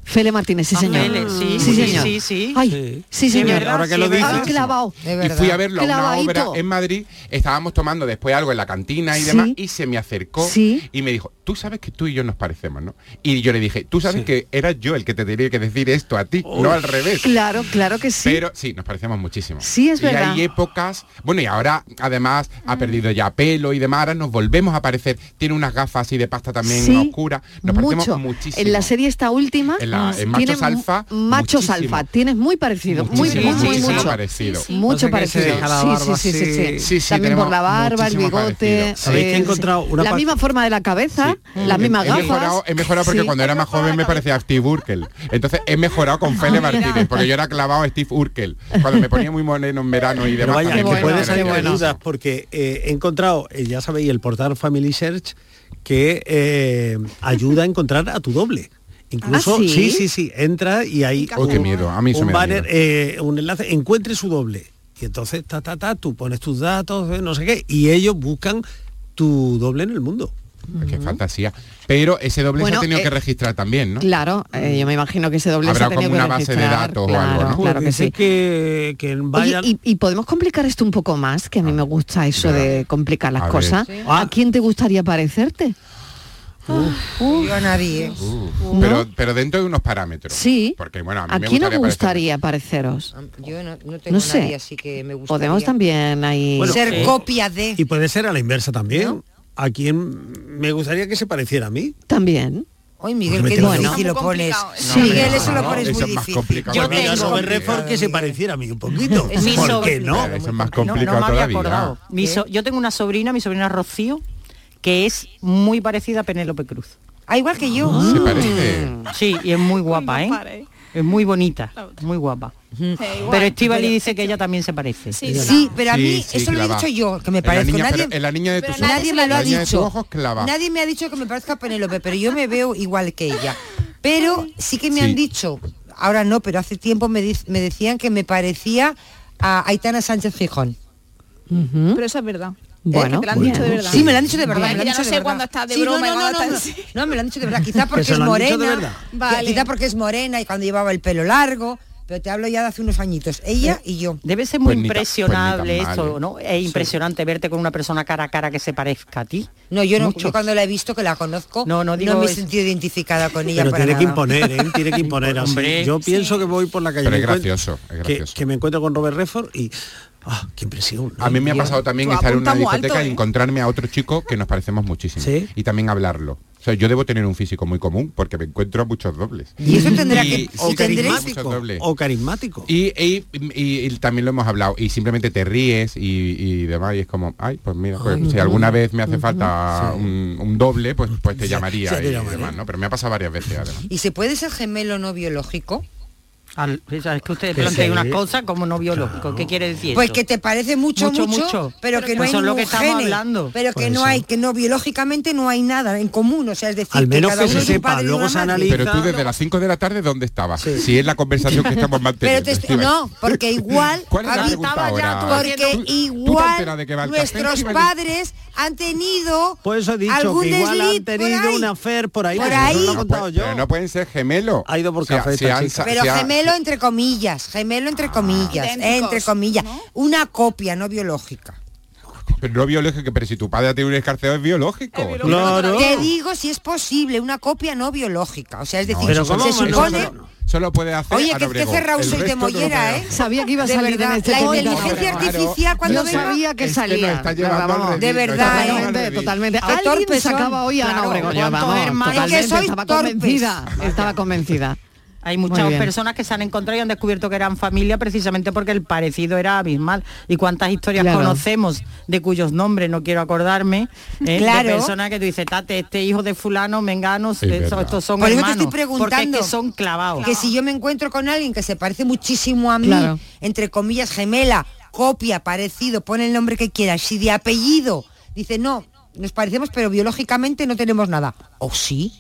[SPEAKER 5] Fele Martínez, sí
[SPEAKER 10] Ah,
[SPEAKER 5] señor.
[SPEAKER 10] Fele, sí,
[SPEAKER 5] sí,
[SPEAKER 10] sí,
[SPEAKER 5] señor.
[SPEAKER 10] sí, sí.
[SPEAKER 5] Ay, sí,
[SPEAKER 10] Sí,
[SPEAKER 5] señor.
[SPEAKER 10] verdad, Ahora que sí, lo es
[SPEAKER 5] Ay,
[SPEAKER 10] verdad.
[SPEAKER 5] clavado.
[SPEAKER 8] De
[SPEAKER 7] Y
[SPEAKER 8] verdad.
[SPEAKER 7] fui a verlo a una obra
[SPEAKER 5] Clavadito.
[SPEAKER 7] en Madrid, estábamos tomando después algo en la cantina y
[SPEAKER 5] Sí.
[SPEAKER 7] demás, y se me acercó
[SPEAKER 5] Sí.
[SPEAKER 7] y me dijo, tú sabes que tú y yo nos parecemos, ¿no? Y yo le dije, tú sabes que era yo el que te tenía que decir esto a ti, no al revés.
[SPEAKER 5] Claro, claro que sí.
[SPEAKER 7] Pero sí, nos parecemos muchísimo.
[SPEAKER 5] Sí, es verdad.
[SPEAKER 7] Y hay épocas, bueno, y ahora además ha perdido ya pelo y demás, ahora nos volvemos a parecer. Tiene unas gafas así de pasta también
[SPEAKER 5] Sí,
[SPEAKER 7] oscuras. Nos
[SPEAKER 5] mucho.
[SPEAKER 7] parecemos muchísimo.
[SPEAKER 5] En la serie esta última,
[SPEAKER 7] En la- en
[SPEAKER 5] tiene
[SPEAKER 7] Machos Alfa,
[SPEAKER 5] m- Machos
[SPEAKER 7] muchísimo.
[SPEAKER 5] Alfa, tienes muy parecido, muy,
[SPEAKER 7] Muchísimo,
[SPEAKER 5] muy, muy
[SPEAKER 7] muchísimo
[SPEAKER 5] mucho.
[SPEAKER 7] parecido.
[SPEAKER 5] Mucho
[SPEAKER 6] Pasa que se
[SPEAKER 5] parecido.
[SPEAKER 6] deja la barba
[SPEAKER 5] sí, sí, sí, sí,
[SPEAKER 6] así. Sí, sí,
[SPEAKER 5] También por
[SPEAKER 6] tenemos
[SPEAKER 5] la barba, el
[SPEAKER 7] muchísimo
[SPEAKER 5] bigote,
[SPEAKER 7] parecido.
[SPEAKER 6] Sabéis que he
[SPEAKER 5] eh,
[SPEAKER 6] encontrado una
[SPEAKER 5] la
[SPEAKER 6] parte-
[SPEAKER 5] misma forma de la cabeza, las
[SPEAKER 7] He-
[SPEAKER 5] mismas
[SPEAKER 7] he
[SPEAKER 5] gafas.
[SPEAKER 7] Mejorado, he mejorado porque
[SPEAKER 5] Sí.
[SPEAKER 7] cuando era más joven me parecía a Steve Urkel. Entonces he mejorado con
[SPEAKER 5] Ah,
[SPEAKER 7] Fele Martínez, porque yo era clavado a Steve Urkel. Cuando me ponía muy moreno en verano y
[SPEAKER 6] Pero
[SPEAKER 7] demás.
[SPEAKER 6] vaya, que
[SPEAKER 7] también me
[SPEAKER 6] puede
[SPEAKER 7] parecía
[SPEAKER 6] salir de
[SPEAKER 7] eso.
[SPEAKER 6] dudas porque eh, he encontrado, eh, ya sabéis, el portal Family Search que eh, ayuda a encontrar a tu doble. Incluso,
[SPEAKER 5] ¿sí?
[SPEAKER 6] sí, sí, sí, entra y hay
[SPEAKER 7] Oh, qué miedo, a mí eso
[SPEAKER 6] un
[SPEAKER 7] me da
[SPEAKER 6] banner, eh, un enlace, encuentre su doble. Y entonces, ta, ta, ta, tú pones tus datos, eh, no sé qué, y ellos buscan tu doble en el mundo.
[SPEAKER 7] Ah, Qué fantasía. Pero ese doble se
[SPEAKER 5] Bueno,
[SPEAKER 7] ha tenido
[SPEAKER 5] eh,
[SPEAKER 7] que registrar también, ¿no?
[SPEAKER 5] Claro, eh, yo me imagino que ese doble se
[SPEAKER 7] Habrá
[SPEAKER 5] ha tenido
[SPEAKER 7] como
[SPEAKER 5] que
[SPEAKER 7] una base de
[SPEAKER 5] registrar,
[SPEAKER 7] datos o
[SPEAKER 5] claro,
[SPEAKER 7] algo, ¿no?
[SPEAKER 5] claro que
[SPEAKER 6] Dice
[SPEAKER 5] sí.
[SPEAKER 6] Que, que
[SPEAKER 5] Oye,
[SPEAKER 6] vayan...
[SPEAKER 5] y, y podemos complicar esto un poco más, que a mí me gusta eso de complicar
[SPEAKER 7] Ah, A
[SPEAKER 5] las
[SPEAKER 7] ver. Ah.
[SPEAKER 5] cosas. ¿A quién te gustaría parecerte? Ah,
[SPEAKER 8] Yo a nadie.
[SPEAKER 5] ¿No?
[SPEAKER 7] Pero, pero dentro de unos parámetros.
[SPEAKER 5] Sí.
[SPEAKER 7] Porque bueno, a mí
[SPEAKER 5] ¿A
[SPEAKER 7] me
[SPEAKER 5] quién os
[SPEAKER 7] gustaría parecerme-
[SPEAKER 5] gustaría pareceros?
[SPEAKER 8] Yo no, no tengo
[SPEAKER 5] No sé.
[SPEAKER 8] nadie así que me gusta.
[SPEAKER 5] Podemos también ahí...
[SPEAKER 6] Bueno,
[SPEAKER 8] ser
[SPEAKER 6] eh,
[SPEAKER 8] copia de.
[SPEAKER 6] Y puede ser a la inversa también. A quien me gustaría que se pareciera a mí.
[SPEAKER 5] también.
[SPEAKER 8] Hoy Miguel,
[SPEAKER 6] Porque
[SPEAKER 8] qué
[SPEAKER 6] me tengo-
[SPEAKER 8] difícil lo
[SPEAKER 9] Muy
[SPEAKER 8] pones.
[SPEAKER 9] complicado.
[SPEAKER 8] No,
[SPEAKER 5] Sí.
[SPEAKER 8] Miguel, eso
[SPEAKER 7] Claro,
[SPEAKER 8] lo pones muy
[SPEAKER 7] es más
[SPEAKER 8] difícil.
[SPEAKER 7] complicado.
[SPEAKER 6] Yo
[SPEAKER 7] todavía.
[SPEAKER 6] tengo Robert Redford que se pareciera a mí un poquito. ¿Por qué no?
[SPEAKER 7] Eso es más complicado
[SPEAKER 10] no, no me había
[SPEAKER 7] todavía.
[SPEAKER 10] acordado. Mi so- yo tengo una sobrina, mi sobrina Rocío, que es muy parecida a Penélope Cruz.
[SPEAKER 8] Ah, igual que yo.
[SPEAKER 7] Se parece.
[SPEAKER 10] Mm. Sí, y es muy guapa,
[SPEAKER 9] Cuando
[SPEAKER 10] ¿eh?
[SPEAKER 9] pare.
[SPEAKER 10] Es muy bonita,
[SPEAKER 9] Pues La otra.
[SPEAKER 10] muy guapa.
[SPEAKER 9] igual.
[SPEAKER 10] Pero Estivali dice que ella también se parece.
[SPEAKER 9] Sí,
[SPEAKER 8] Sí, pero a
[SPEAKER 7] Sí,
[SPEAKER 8] mí
[SPEAKER 7] sí,
[SPEAKER 8] eso lo he
[SPEAKER 7] clava.
[SPEAKER 8] dicho yo, que me
[SPEAKER 7] Es la
[SPEAKER 8] parezco.
[SPEAKER 7] niña,
[SPEAKER 8] nadie,
[SPEAKER 7] pero es la niña de
[SPEAKER 9] pero
[SPEAKER 7] tus ojos.
[SPEAKER 8] nadie me lo
[SPEAKER 7] La
[SPEAKER 8] ha
[SPEAKER 7] niña de tus
[SPEAKER 8] dicho.
[SPEAKER 7] ojos clava.
[SPEAKER 8] Nadie me ha dicho que me parezca a Penélope, pero yo me veo igual que ella. Pero sí que me
[SPEAKER 7] Sí.
[SPEAKER 8] han dicho, ahora no, pero hace tiempo me, di- me decían que me parecía a Aitana Sánchez Fijón.
[SPEAKER 9] Pero eso es verdad.
[SPEAKER 5] Bueno,
[SPEAKER 9] Es Eh, que te lo han dicho de
[SPEAKER 5] bueno,
[SPEAKER 9] verdad.
[SPEAKER 8] Sí, me lo han dicho de verdad.
[SPEAKER 9] Ay,
[SPEAKER 8] me lo han
[SPEAKER 9] ya
[SPEAKER 8] dicho de
[SPEAKER 9] no sé
[SPEAKER 8] verdad.
[SPEAKER 9] cuándo está de
[SPEAKER 8] Sí, no,
[SPEAKER 9] broma y
[SPEAKER 8] no, no,
[SPEAKER 9] cuándo
[SPEAKER 8] no,
[SPEAKER 9] está-
[SPEAKER 8] no. No, me lo han dicho de verdad. Quizá porque
[SPEAKER 6] se
[SPEAKER 8] es
[SPEAKER 6] lo han dicho de verdad.
[SPEAKER 8] morena.
[SPEAKER 9] Vale.
[SPEAKER 8] Quizá porque es morena y cuando llevaba el pelo largo. Pero te hablo ya de hace unos añitos. Ella y yo.
[SPEAKER 10] Debe ser muy
[SPEAKER 7] Pues ni ta- pues ni tan
[SPEAKER 10] impresionable
[SPEAKER 7] mal,
[SPEAKER 10] esto,
[SPEAKER 7] ¿eh?
[SPEAKER 10] ¿no? Es impresionante verte con una persona cara a cara que se parezca a ti.
[SPEAKER 8] No, yo no,
[SPEAKER 10] Mucho.
[SPEAKER 8] yo cuando la he visto, que la conozco,
[SPEAKER 10] No,
[SPEAKER 8] no,
[SPEAKER 10] no, digo
[SPEAKER 8] me he
[SPEAKER 10] es-
[SPEAKER 8] sentido identificada con ella.
[SPEAKER 6] Pero
[SPEAKER 8] para
[SPEAKER 6] tiene que
[SPEAKER 8] nada.
[SPEAKER 6] imponer, ¿eh? tiene que imponer así.
[SPEAKER 10] Hombre,
[SPEAKER 6] Yo pienso que voy por la calle.
[SPEAKER 7] Pero
[SPEAKER 6] me
[SPEAKER 7] es
[SPEAKER 6] encuentro-
[SPEAKER 7] gracioso, es
[SPEAKER 6] que-
[SPEAKER 7] gracioso.
[SPEAKER 6] Que, me encuentro con Robert Redford y... ¡Ah, qué impresión! ¿no?
[SPEAKER 7] A mí me ha pasado también
[SPEAKER 9] Tú
[SPEAKER 7] estar en una
[SPEAKER 9] apunta muy
[SPEAKER 7] discoteca
[SPEAKER 9] alto,
[SPEAKER 7] y
[SPEAKER 9] ¿eh?
[SPEAKER 7] encontrarme a otro chico que nos parecemos muchísimo.
[SPEAKER 6] Sí.
[SPEAKER 7] Y también hablarlo. O sea, yo debo tener un físico muy común porque me encuentro a muchos dobles.
[SPEAKER 8] Y eso tendrá
[SPEAKER 7] Y-
[SPEAKER 8] que...
[SPEAKER 6] O
[SPEAKER 7] sí, muchos
[SPEAKER 8] tendréis-
[SPEAKER 6] carismático.
[SPEAKER 7] dobles.
[SPEAKER 6] O carismático.
[SPEAKER 7] Y, y- y- y también lo hemos hablado. Y simplemente te ríes y, y demás. Y es como, ay, pues mira, pues si alguna vez me hace falta un, un doble, pues, pues te llamaría
[SPEAKER 6] sí, te
[SPEAKER 7] y
[SPEAKER 6] llamaré.
[SPEAKER 7] demás, ¿no? Pero me ha pasado varias veces además.
[SPEAKER 8] ¿Y se puede ser gemelo no biológico?
[SPEAKER 10] Al- o sea, es que ustedes
[SPEAKER 6] Que
[SPEAKER 10] plantean
[SPEAKER 6] sí.
[SPEAKER 10] unas cosas como no biológico. ¿Qué quiere decir
[SPEAKER 8] Pues
[SPEAKER 10] eso?
[SPEAKER 8] que te parece mucho,
[SPEAKER 10] Mucho,
[SPEAKER 8] mucho,
[SPEAKER 10] mucho.
[SPEAKER 8] pero que no hay
[SPEAKER 10] Pues eso es lo
[SPEAKER 8] ningún
[SPEAKER 10] que estamos
[SPEAKER 8] gene,
[SPEAKER 10] hablando.
[SPEAKER 8] pero que
[SPEAKER 6] Puede
[SPEAKER 8] no
[SPEAKER 6] ser.
[SPEAKER 8] hay, que no biológicamente no hay nada en común, o sea, es decir,
[SPEAKER 6] Al menos
[SPEAKER 8] que cada
[SPEAKER 6] que
[SPEAKER 8] uno
[SPEAKER 6] se
[SPEAKER 8] es un
[SPEAKER 6] sepa,
[SPEAKER 8] padre y
[SPEAKER 6] luego
[SPEAKER 8] una
[SPEAKER 6] se
[SPEAKER 8] madre.
[SPEAKER 6] analiza.
[SPEAKER 7] Pero tú desde las 5 de la tarde, ¿dónde estabas? Si es la conversación que estamos
[SPEAKER 8] Pero
[SPEAKER 7] manteniendo.
[SPEAKER 8] te estoy-
[SPEAKER 7] Estíbaliz.
[SPEAKER 8] no, porque igual
[SPEAKER 7] ¿Cuál es la
[SPEAKER 8] a mí-
[SPEAKER 7] pregunta ahora?
[SPEAKER 8] porque
[SPEAKER 7] ¿Tú- tú te enteras de
[SPEAKER 8] igual
[SPEAKER 7] que va el café,
[SPEAKER 8] nuestros
[SPEAKER 7] Estíbaliz?
[SPEAKER 8] padres han tenido
[SPEAKER 6] Por eso he dicho
[SPEAKER 8] algún
[SPEAKER 6] que igual
[SPEAKER 8] desliz
[SPEAKER 6] han
[SPEAKER 8] por
[SPEAKER 6] tenido
[SPEAKER 8] ahí.
[SPEAKER 6] una fer por ahí.
[SPEAKER 8] Por
[SPEAKER 6] que no
[SPEAKER 8] ahí.
[SPEAKER 6] lo he contado
[SPEAKER 7] Pues,
[SPEAKER 6] yo.
[SPEAKER 7] Pero no pueden ser gemelos.
[SPEAKER 6] Ha ido por
[SPEAKER 7] Se
[SPEAKER 6] café
[SPEAKER 7] se
[SPEAKER 6] esta
[SPEAKER 7] han-
[SPEAKER 6] chica.
[SPEAKER 7] se
[SPEAKER 8] pero
[SPEAKER 7] ha-
[SPEAKER 8] gemelo entre comillas, gemelo entre comillas, eh, entre
[SPEAKER 9] Idénticos,
[SPEAKER 8] comillas,
[SPEAKER 9] ¿no?
[SPEAKER 8] una copia no biológica.
[SPEAKER 7] Pero no biológico, pero si tu padre tiene un escarceo es biológico.
[SPEAKER 9] Es biológico.
[SPEAKER 6] Claro.
[SPEAKER 8] Te digo si es posible una copia no biológica, o sea, es decir,
[SPEAKER 6] pero
[SPEAKER 8] se
[SPEAKER 6] ¿cómo?
[SPEAKER 8] se
[SPEAKER 6] Eso no-
[SPEAKER 8] supone
[SPEAKER 7] Solo, solo puede hacer
[SPEAKER 8] Oye,
[SPEAKER 7] Ana
[SPEAKER 8] que es que
[SPEAKER 7] Obregón.
[SPEAKER 8] cerrado
[SPEAKER 7] El
[SPEAKER 8] soy de
[SPEAKER 7] resto no lo
[SPEAKER 8] mollera,
[SPEAKER 7] puede
[SPEAKER 8] ¿eh?
[SPEAKER 7] hacer.
[SPEAKER 5] Sabía que iba a
[SPEAKER 8] De
[SPEAKER 5] salir en
[SPEAKER 8] verdad,
[SPEAKER 5] este
[SPEAKER 8] la
[SPEAKER 5] podcast.
[SPEAKER 8] inteligencia
[SPEAKER 7] Claro,
[SPEAKER 8] artificial cuando
[SPEAKER 5] Yo
[SPEAKER 7] venga-
[SPEAKER 5] sabía que
[SPEAKER 7] es que nos
[SPEAKER 5] salía.
[SPEAKER 7] está llevando
[SPEAKER 5] Vamos,
[SPEAKER 7] al
[SPEAKER 8] de
[SPEAKER 7] redil, nos
[SPEAKER 8] verdad,
[SPEAKER 7] está llevando al
[SPEAKER 8] ¿eh?
[SPEAKER 5] Totalmente,
[SPEAKER 7] redil.
[SPEAKER 5] totalmente.
[SPEAKER 8] Qué
[SPEAKER 5] Alguien
[SPEAKER 8] torpes
[SPEAKER 5] sacaba
[SPEAKER 8] son.
[SPEAKER 5] hoy a Ana
[SPEAKER 10] Claro,
[SPEAKER 5] Obregón.
[SPEAKER 10] ¿cuántos
[SPEAKER 5] Vamos,
[SPEAKER 10] hermanos?
[SPEAKER 5] totalmente,
[SPEAKER 8] Es que sois
[SPEAKER 5] estaba
[SPEAKER 8] torpes.
[SPEAKER 5] convencida. Estaba convencida.
[SPEAKER 10] Hay
[SPEAKER 5] Muy
[SPEAKER 10] muchas
[SPEAKER 5] bien.
[SPEAKER 10] personas que se han encontrado y han descubierto que eran familia precisamente porque el parecido era abismal. ¿Y cuántas historias
[SPEAKER 5] Claro.
[SPEAKER 10] conocemos de cuyos nombres no quiero acordarme? eh,
[SPEAKER 8] Claro.
[SPEAKER 10] De personas que tú dices, Tate, este hijo de fulano, menganos,
[SPEAKER 7] Es
[SPEAKER 10] eso-
[SPEAKER 7] verdad.
[SPEAKER 10] estos son
[SPEAKER 8] Por eso te
[SPEAKER 10] hermanos.
[SPEAKER 8] estoy
[SPEAKER 10] porque es
[SPEAKER 8] preguntando
[SPEAKER 10] que son clavados.
[SPEAKER 8] que si yo me encuentro con alguien que se parece muchísimo a mí,
[SPEAKER 5] Claro.
[SPEAKER 8] entre comillas, gemela, copia, parecido, pone el nombre que quiera, si de apellido dice no, nos parecemos, pero biológicamente no tenemos nada. ¿O sí?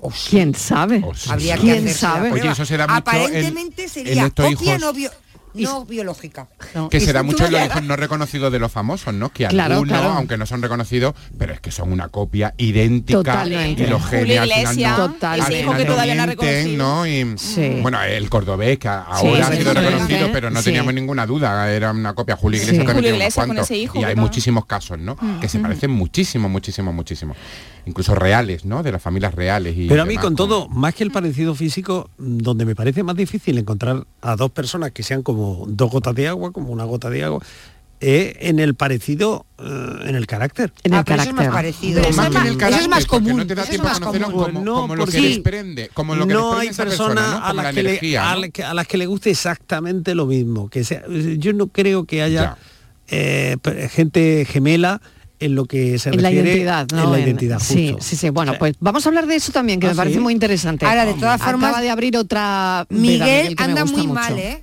[SPEAKER 8] ¿O sí?
[SPEAKER 5] ¿Quién sabe?
[SPEAKER 7] Oh, sí.
[SPEAKER 8] Habría que
[SPEAKER 5] ¿Quién
[SPEAKER 8] hacerse la
[SPEAKER 5] sabe?
[SPEAKER 7] Oye,
[SPEAKER 8] prueba.
[SPEAKER 7] eso será mucho en-
[SPEAKER 8] Aparentemente
[SPEAKER 7] en
[SPEAKER 8] sería
[SPEAKER 7] estos
[SPEAKER 8] copia
[SPEAKER 7] hijos.
[SPEAKER 8] no bio- no biológica.
[SPEAKER 7] Que se da mucho en los hijos
[SPEAKER 8] hijos
[SPEAKER 7] no reconocidos de los famosos, ¿no? Que
[SPEAKER 8] Claro,
[SPEAKER 7] algunos,
[SPEAKER 8] claro.
[SPEAKER 7] aunque no son reconocidos, pero es que son una copia idéntica
[SPEAKER 5] Totalmente.
[SPEAKER 7] y los
[SPEAKER 5] Julio
[SPEAKER 7] genios al final
[SPEAKER 5] Iglesias,
[SPEAKER 7] no-
[SPEAKER 5] Total.
[SPEAKER 7] al
[SPEAKER 5] ese hijo
[SPEAKER 7] final
[SPEAKER 5] que
[SPEAKER 7] no
[SPEAKER 5] todavía no ha
[SPEAKER 7] mienten, ¿no? Y,
[SPEAKER 5] Sí.
[SPEAKER 7] Bueno, el cordobés que a-
[SPEAKER 5] Sí,
[SPEAKER 7] ahora ha
[SPEAKER 5] sí,
[SPEAKER 7] sido
[SPEAKER 5] sí,
[SPEAKER 7] reconocido,
[SPEAKER 5] sí.
[SPEAKER 7] pero no
[SPEAKER 5] Sí.
[SPEAKER 7] teníamos ninguna duda, era una copia. Julio Iglesias
[SPEAKER 5] Sí.
[SPEAKER 7] también
[SPEAKER 5] Julio
[SPEAKER 7] tiene unos
[SPEAKER 5] Iglesias con
[SPEAKER 7] cuantos,
[SPEAKER 5] ese hijo, Mm.
[SPEAKER 7] y hay
[SPEAKER 5] ¿verdad?
[SPEAKER 7] muchísimos casos, ¿no? Que se parecen muchísimo, muchísimo, muchísimo. Incluso reales, ¿no? De las familias reales. Y
[SPEAKER 6] Pero a mí
[SPEAKER 7] demás.
[SPEAKER 6] con todo, más que el parecido físico, mm, donde me parece más difícil encontrar a dos personas que sean como dos gotas de agua, como una gota de agua, es en el parecido, eh, en el carácter.
[SPEAKER 8] En el Ah, pero eso es más carácter. parecido. Pero eso es
[SPEAKER 7] que en el carácter, porque
[SPEAKER 6] común,
[SPEAKER 7] No te da
[SPEAKER 6] eso es
[SPEAKER 7] tiempo a
[SPEAKER 6] más
[SPEAKER 7] conocerlo
[SPEAKER 6] común.
[SPEAKER 7] como,
[SPEAKER 6] No,
[SPEAKER 7] como lo que
[SPEAKER 6] porque
[SPEAKER 7] desprende, como lo que
[SPEAKER 6] no hay
[SPEAKER 7] desprende esa
[SPEAKER 6] personas
[SPEAKER 7] persona, ¿no?
[SPEAKER 6] a,
[SPEAKER 7] Como
[SPEAKER 6] las
[SPEAKER 7] la
[SPEAKER 6] que le-
[SPEAKER 7] energía,
[SPEAKER 6] a
[SPEAKER 7] ¿no?
[SPEAKER 6] las que- a las que le guste exactamente lo mismo. Que sea, yo no creo que haya eh, pe- gente gemela en lo que se
[SPEAKER 5] En la
[SPEAKER 6] refiere
[SPEAKER 5] identidad, ¿no?
[SPEAKER 6] en la
[SPEAKER 5] En-
[SPEAKER 6] identidad
[SPEAKER 5] sí,
[SPEAKER 6] justo.
[SPEAKER 5] sí, sí. Bueno, pues vamos a hablar de eso también, que
[SPEAKER 6] ¿Ah,
[SPEAKER 5] me parece
[SPEAKER 6] sí?
[SPEAKER 5] muy interesante.
[SPEAKER 8] Ahora, de todas formas,
[SPEAKER 5] Acaba de abrir otra... veda,
[SPEAKER 8] Miguel,
[SPEAKER 5] que me
[SPEAKER 8] anda
[SPEAKER 5] gusta
[SPEAKER 8] muy
[SPEAKER 5] mucho.
[SPEAKER 8] mal, ¿eh?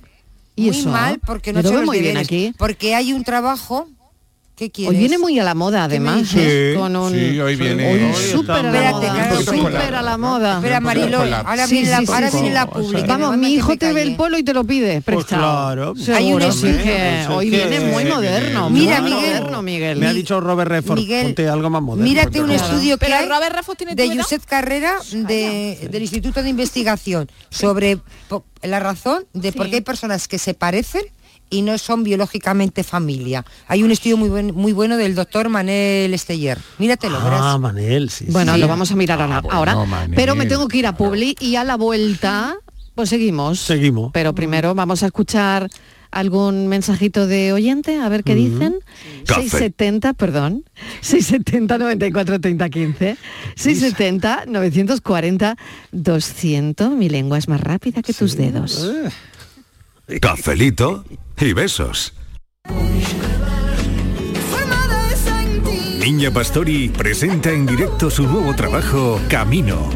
[SPEAKER 5] ¿Y
[SPEAKER 8] muy
[SPEAKER 5] eso?
[SPEAKER 8] mal porque no
[SPEAKER 5] Yo
[SPEAKER 8] ha
[SPEAKER 5] lo
[SPEAKER 8] hecho
[SPEAKER 5] veo
[SPEAKER 8] los
[SPEAKER 5] muy bien
[SPEAKER 8] deberes,
[SPEAKER 5] aquí.
[SPEAKER 8] Porque hay un trabajo que quieres.
[SPEAKER 5] Hoy viene muy a la moda,
[SPEAKER 8] ¿Qué me
[SPEAKER 5] además.
[SPEAKER 8] dices?
[SPEAKER 5] ¿eh? Con un-
[SPEAKER 7] Sí, hoy viene.
[SPEAKER 5] Hoy
[SPEAKER 7] hoy
[SPEAKER 5] súper a la
[SPEAKER 7] estamos-
[SPEAKER 5] moda. Súper a la moda.
[SPEAKER 8] Espera, Mariló, ahora
[SPEAKER 5] Sí,
[SPEAKER 8] viene la,
[SPEAKER 5] sí, sí,
[SPEAKER 8] ahora
[SPEAKER 5] sí.
[SPEAKER 8] viene la pública.
[SPEAKER 5] Vamos, mi hijo te ve el polo y te lo pide
[SPEAKER 6] Pues claro,
[SPEAKER 5] prestado. Seguro,
[SPEAKER 6] seguro,
[SPEAKER 5] sí
[SPEAKER 6] ¿eh?
[SPEAKER 5] que
[SPEAKER 6] Eso es
[SPEAKER 5] hoy
[SPEAKER 6] que-
[SPEAKER 5] viene muy
[SPEAKER 6] Sí,
[SPEAKER 5] moderno.
[SPEAKER 6] Miguel.
[SPEAKER 5] muy
[SPEAKER 6] Mira, Miguel.
[SPEAKER 5] moderno, Miguel.
[SPEAKER 6] Me ha dicho Robert Redford,
[SPEAKER 8] Miguel,
[SPEAKER 6] ponte algo más moderno.
[SPEAKER 8] Mírate un
[SPEAKER 6] Ponte algo.
[SPEAKER 8] estudio que
[SPEAKER 9] Pero
[SPEAKER 8] hay
[SPEAKER 9] Robert Redford tiene tu
[SPEAKER 8] de
[SPEAKER 9] edad.
[SPEAKER 8] Josep Carrera de- del Instituto de Investigación sobre po- la razón de por qué hay personas que se parecen y no son biológicamente familia. Hay un estudio muy, buen- muy bueno del doctor Manel Esteller. Míratelo,
[SPEAKER 6] Ah,
[SPEAKER 8] verás.
[SPEAKER 6] Manel, sí.
[SPEAKER 5] Bueno,
[SPEAKER 6] sí.
[SPEAKER 5] lo vamos a mirar ahora. ahora.
[SPEAKER 6] Manel,
[SPEAKER 5] pero me tengo que ir a Publi y a la vuelta, pues seguimos.
[SPEAKER 6] Seguimos.
[SPEAKER 5] Pero primero vamos a escuchar algún mensajito de oyente, a ver qué dicen.
[SPEAKER 11] Café.
[SPEAKER 5] 670, perdón. 670 94 30 15. 670 940 200. Mi lengua es más rápida que tus dedos.
[SPEAKER 2] Cafelito y besos. Niña Pastori presenta en directo su nuevo trabajo, Camino.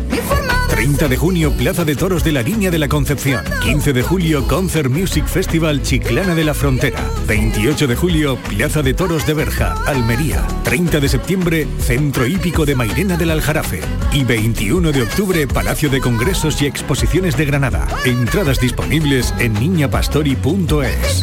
[SPEAKER 2] 30 de junio, Plaza de Toros de la Niña de la Concepción. 15 de julio, Concert Music Festival Chiclana de la Frontera. 28 de julio, Plaza de Toros de Berja, Almería. 30 de septiembre, Centro Hípico de Mairena del Aljarafe. Y 21 de octubre, Palacio de Congresos y Exposiciones de Granada. Entradas disponibles en niñapastori.es.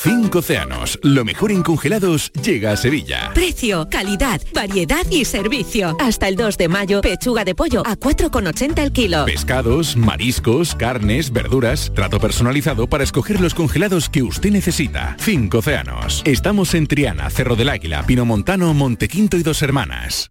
[SPEAKER 2] Cinco océanos, lo mejor en congelados llega a Sevilla.
[SPEAKER 12] Precio, calidad, variedad y servicio. Hasta el 2 de mayo, pechuga de pollo a 4,80 el kilo.
[SPEAKER 2] Pescados, mariscos, carnes, verduras, trato personalizado para escoger los congelados que usted necesita. Cinco océanos. Estamos en Triana, Cerro del Águila, Pinomontano, Montequinto y Dos Hermanas.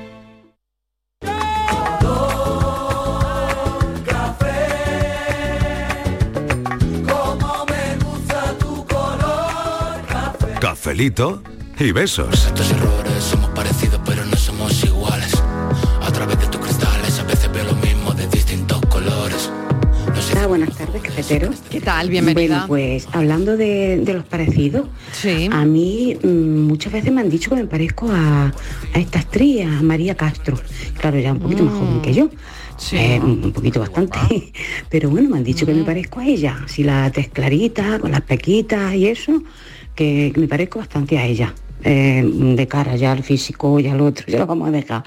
[SPEAKER 4] Como me gusta tu color
[SPEAKER 2] Cafelito y besos.
[SPEAKER 13] Estos errores somos parecidos pero no somos iguales. A través de tus cristales a veces veo lo mismo de distintos colores.
[SPEAKER 14] Hola, buenas tardes, cafeteros.
[SPEAKER 5] ¿Qué tal? Bienvenida.
[SPEAKER 14] Bueno, pues hablando de, de los parecidos, a mí mm, muchas veces me han dicho que me parezco a, a esta actriz, a María Castro. Claro, era un poquito más joven que yo. eh, un poquito bastante. Pero bueno, me han dicho que me parezco a ella. Si la tez clarita, con las pequitas y eso, que, que me parezco bastante a ella. Eh, de cara ya al físico y al otro, ya lo vamos a dejar.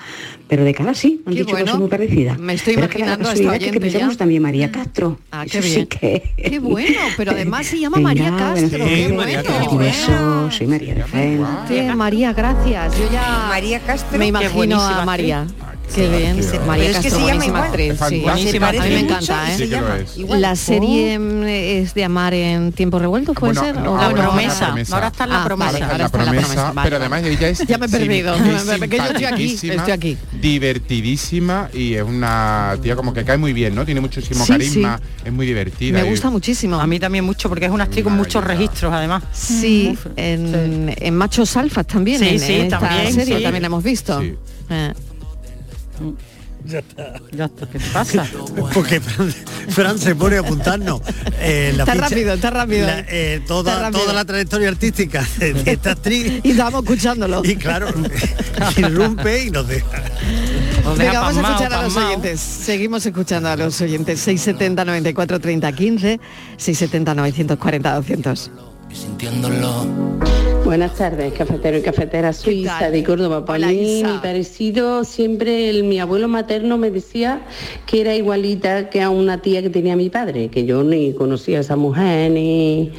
[SPEAKER 14] Pero de cara sí, me han
[SPEAKER 5] Qué
[SPEAKER 14] dicho que
[SPEAKER 5] bueno.
[SPEAKER 14] soy muy parecida.
[SPEAKER 5] Me estoy
[SPEAKER 14] Pero es que la
[SPEAKER 5] imaginando a esta
[SPEAKER 14] casualidad es que
[SPEAKER 5] oyente ya.
[SPEAKER 14] pensamos también María Castro.
[SPEAKER 5] Ah,
[SPEAKER 14] Eso
[SPEAKER 5] qué
[SPEAKER 14] sí
[SPEAKER 5] bien.
[SPEAKER 14] que-
[SPEAKER 5] Qué bueno, pero además se llama
[SPEAKER 14] Venga,
[SPEAKER 5] María
[SPEAKER 14] buenas
[SPEAKER 5] Castro.
[SPEAKER 14] tardes.
[SPEAKER 5] qué bueno.
[SPEAKER 14] Un beso, soy María de Fena.
[SPEAKER 5] Sí, María, gracias. Yo ya María
[SPEAKER 8] Castro,
[SPEAKER 5] me
[SPEAKER 8] qué
[SPEAKER 5] imagino
[SPEAKER 8] buenísima
[SPEAKER 5] a María.
[SPEAKER 8] actriz.
[SPEAKER 5] Qué bien,
[SPEAKER 8] qué bueno.
[SPEAKER 5] María
[SPEAKER 8] Pero es que se
[SPEAKER 5] Castro,
[SPEAKER 8] llama
[SPEAKER 5] buenísima
[SPEAKER 8] igual.
[SPEAKER 5] actriz.
[SPEAKER 8] Es
[SPEAKER 5] sí,
[SPEAKER 8] fantástica.
[SPEAKER 5] buenísima.
[SPEAKER 8] Se
[SPEAKER 5] a mí me
[SPEAKER 8] parece
[SPEAKER 5] encanta,
[SPEAKER 8] mucho y
[SPEAKER 5] ¿eh?
[SPEAKER 8] se llama igual.
[SPEAKER 5] La
[SPEAKER 8] Oh.
[SPEAKER 5] serie mm, es de amar en tiempo revuelto, ¿puede
[SPEAKER 7] Bueno,
[SPEAKER 5] ser?
[SPEAKER 7] no,
[SPEAKER 5] ¿O
[SPEAKER 7] ahora
[SPEAKER 5] no?
[SPEAKER 7] está la promesa.
[SPEAKER 5] Ahora está en la
[SPEAKER 7] Ah,
[SPEAKER 5] promesa.
[SPEAKER 7] ahora está en
[SPEAKER 5] ahora
[SPEAKER 7] la
[SPEAKER 5] está en
[SPEAKER 7] promesa,
[SPEAKER 5] vale,
[SPEAKER 7] pero
[SPEAKER 5] vale.
[SPEAKER 7] además ella es
[SPEAKER 5] Ya me he perdido.
[SPEAKER 7] sim-
[SPEAKER 5] Que yo estoy aquí,
[SPEAKER 7] simpaticísima,
[SPEAKER 5] estoy aquí.
[SPEAKER 7] divertidísima y es una tía como que cae muy bien no tiene muchísimo
[SPEAKER 5] Sí,
[SPEAKER 7] carisma
[SPEAKER 5] sí.
[SPEAKER 7] es muy divertida
[SPEAKER 5] Me
[SPEAKER 7] y-
[SPEAKER 5] gusta muchísimo. A mí también mucho, porque es una
[SPEAKER 10] actriz con muchos registros además.
[SPEAKER 5] Sí, en, en Machos Alfas también,
[SPEAKER 10] Sí,
[SPEAKER 5] en
[SPEAKER 10] sí,
[SPEAKER 5] esta
[SPEAKER 10] también,
[SPEAKER 5] serie
[SPEAKER 10] sí.
[SPEAKER 5] también la hemos visto. Eh.
[SPEAKER 6] Ya está.
[SPEAKER 10] Ya está, ¿qué te pasa?
[SPEAKER 6] Porque Fran, Fran se pone a apuntarnos. eh, la
[SPEAKER 5] Está
[SPEAKER 6] ficha-
[SPEAKER 5] rápido, está rápido.
[SPEAKER 6] la, eh, toda,
[SPEAKER 5] Está rápido.
[SPEAKER 6] toda la trayectoria artística de, de esta actriz.
[SPEAKER 5] Y estábamos escuchándolo.
[SPEAKER 6] Y claro, irrumpe y nos deja.
[SPEAKER 5] Venga, vamos a escuchar a los oyentes. Seguimos escuchando a los oyentes. 670 94 30 15, 670 940 200.
[SPEAKER 13] Sintiéndolo.
[SPEAKER 15] Buenas tardes, cafetero y cafetera. Soy Isa de Córdoba. Para mí, mi parecido, siempre el- mi abuelo materno me decía que era igualita que a una tía que tenía mi padre, que yo ni conocía a esa mujer, ni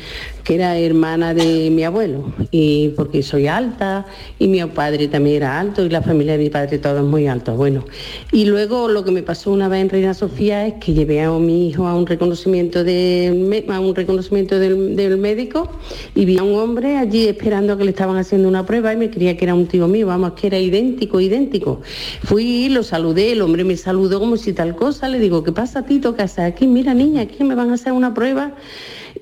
[SPEAKER 15] que era hermana de mi abuelo, y porque soy alta, y mi padre también era alto, y la familia de mi padre todos muy altos. Bueno, y luego lo que me pasó una vez en Reina Sofía es que llevé a mi hijo a un reconocimiento del, me- a un reconocimiento del, del médico y vi a un hombre allí esperando a que le estaban haciendo una prueba y me creía que era un tío mío, vamos, que era idéntico, idéntico. Fui, lo saludé, el hombre me saludó como si tal cosa, le digo, ¿qué pasa Tito? ¿Qué haces aquí? Mira niña, aquí me van a hacer una prueba.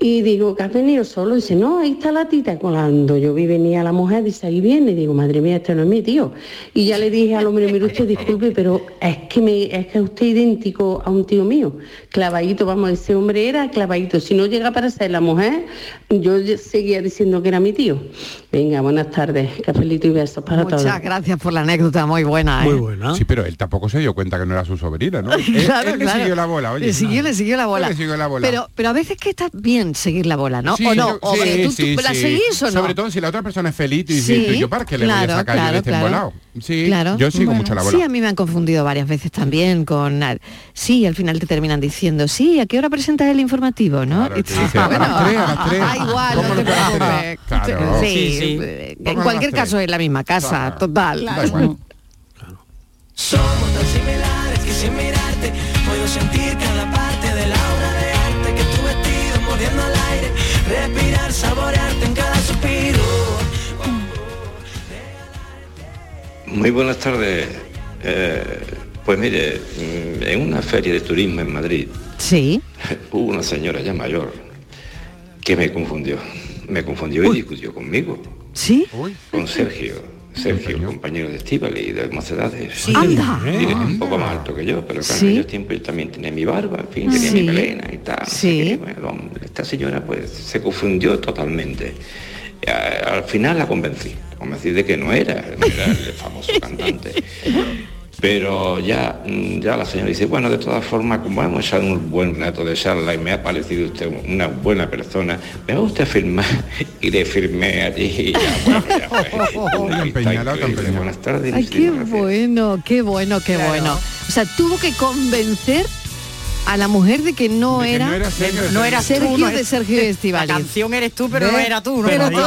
[SPEAKER 15] Y digo, ¿que has venido solo? Dice, no, ahí está la tita. Cuando yo vi venía la mujer, dice, ahí viene. Digo, madre mía, este no es mi tío. Y ya le dije al hombre, mire usted, disculpe, pero es que, me, es que usted es idéntico a un tío mío. Clavadito, vamos, ese hombre era clavadito. Si no llega para ser la mujer, yo ya seguía diciendo que era mi tío. Venga, buenas tardes. Cafelito y besos para todos.
[SPEAKER 5] Muchas gracias por la anécdota, muy buena. ¿eh?
[SPEAKER 7] muy buena sí pero él tampoco se dio cuenta que no era su sobrina no él,
[SPEAKER 5] Claro,
[SPEAKER 7] él le
[SPEAKER 5] claro.
[SPEAKER 7] siguió la bola oye
[SPEAKER 5] Le siguió, le siguió la bola.
[SPEAKER 7] Él le siguió la bola.
[SPEAKER 5] Pero, pero a veces que está bien seguir la bola, ¿no?
[SPEAKER 7] Sí,
[SPEAKER 5] o no,
[SPEAKER 7] yo-
[SPEAKER 5] o-
[SPEAKER 7] sí,
[SPEAKER 5] ¿tú- tú
[SPEAKER 7] sí,
[SPEAKER 5] la
[SPEAKER 7] sí.
[SPEAKER 5] seguís o no.
[SPEAKER 7] Sobre todo si la otra persona es feliz y dice,
[SPEAKER 5] Sí,
[SPEAKER 7] "Tú, yo para qué le voy
[SPEAKER 5] claro,
[SPEAKER 7] a sacar yo
[SPEAKER 5] claro,
[SPEAKER 7] de este
[SPEAKER 5] claro.
[SPEAKER 7] embolado. Sí,
[SPEAKER 5] Claro.
[SPEAKER 7] yo sigo
[SPEAKER 5] Bueno,
[SPEAKER 7] mucho la bola.
[SPEAKER 5] Sí, a mí me han confundido varias veces también con... al- Sí, al final te terminan diciendo, sí, ¿a qué hora presentas el informativo? ¿no? Y-
[SPEAKER 7] Sí, sí, a las tres, a las tres.
[SPEAKER 5] Da igual,
[SPEAKER 7] ¿Cómo
[SPEAKER 5] no te
[SPEAKER 7] lo puedo hacer?
[SPEAKER 5] preocupes.
[SPEAKER 7] Claro.
[SPEAKER 5] Sí,
[SPEAKER 7] Sí, sí.
[SPEAKER 5] eh,
[SPEAKER 7] ¿Cómo
[SPEAKER 5] En
[SPEAKER 7] lo
[SPEAKER 5] cualquier
[SPEAKER 7] vas a
[SPEAKER 5] caso, es la misma casa, total.
[SPEAKER 7] Da igual.
[SPEAKER 16] Somos tan similares que sin mirarte puedo sentir cada parte de la obra de arte que tu vestido mordiendo al aire, respirar, saborearte en cada suspiro.
[SPEAKER 17] Muy buenas tardes. Eh, pues mire, mm, en una feria de turismo en Madrid
[SPEAKER 5] Sí.
[SPEAKER 17] hubo una señora ya mayor que me confundió. Me confundió y discutió conmigo,
[SPEAKER 5] ¿Sí?
[SPEAKER 17] con Sergio. Sergio, el compañero de Estíbal y de Mocedades.
[SPEAKER 5] Sí. Anda.
[SPEAKER 17] Y era un poco más alto que yo, pero claro,
[SPEAKER 5] Sí.
[SPEAKER 17] en aquellos tiempos yo también tenía mi barba, en fin, tenía
[SPEAKER 5] Sí.
[SPEAKER 17] mi melena y tal. Y bueno, esta señora pues se confundió totalmente. A- Al final la convencí, la convencí de que no era, no era el famoso cantante. Pero ya, mm, ya la señora dice, bueno, de todas formas, como hemos echado un buen rato de charla y me ha parecido usted una buena persona, me va usted a firmar y le firmé allí y ya, bueno, ya fue. Una amistad increíble. Buenas tardes.
[SPEAKER 5] Ay, qué bueno, qué bueno, qué bueno. O sea, tuvo que convencer a la mujer de que no era
[SPEAKER 10] no era Sergio de
[SPEAKER 5] no era
[SPEAKER 10] Sergio.
[SPEAKER 5] Sergio
[SPEAKER 10] Tú no
[SPEAKER 5] de
[SPEAKER 10] eres-
[SPEAKER 5] Sergio
[SPEAKER 10] La
[SPEAKER 5] Estivali.
[SPEAKER 10] canción eres tú, pero no
[SPEAKER 5] Ve,
[SPEAKER 10] era tú, ¿no?
[SPEAKER 5] pero tú-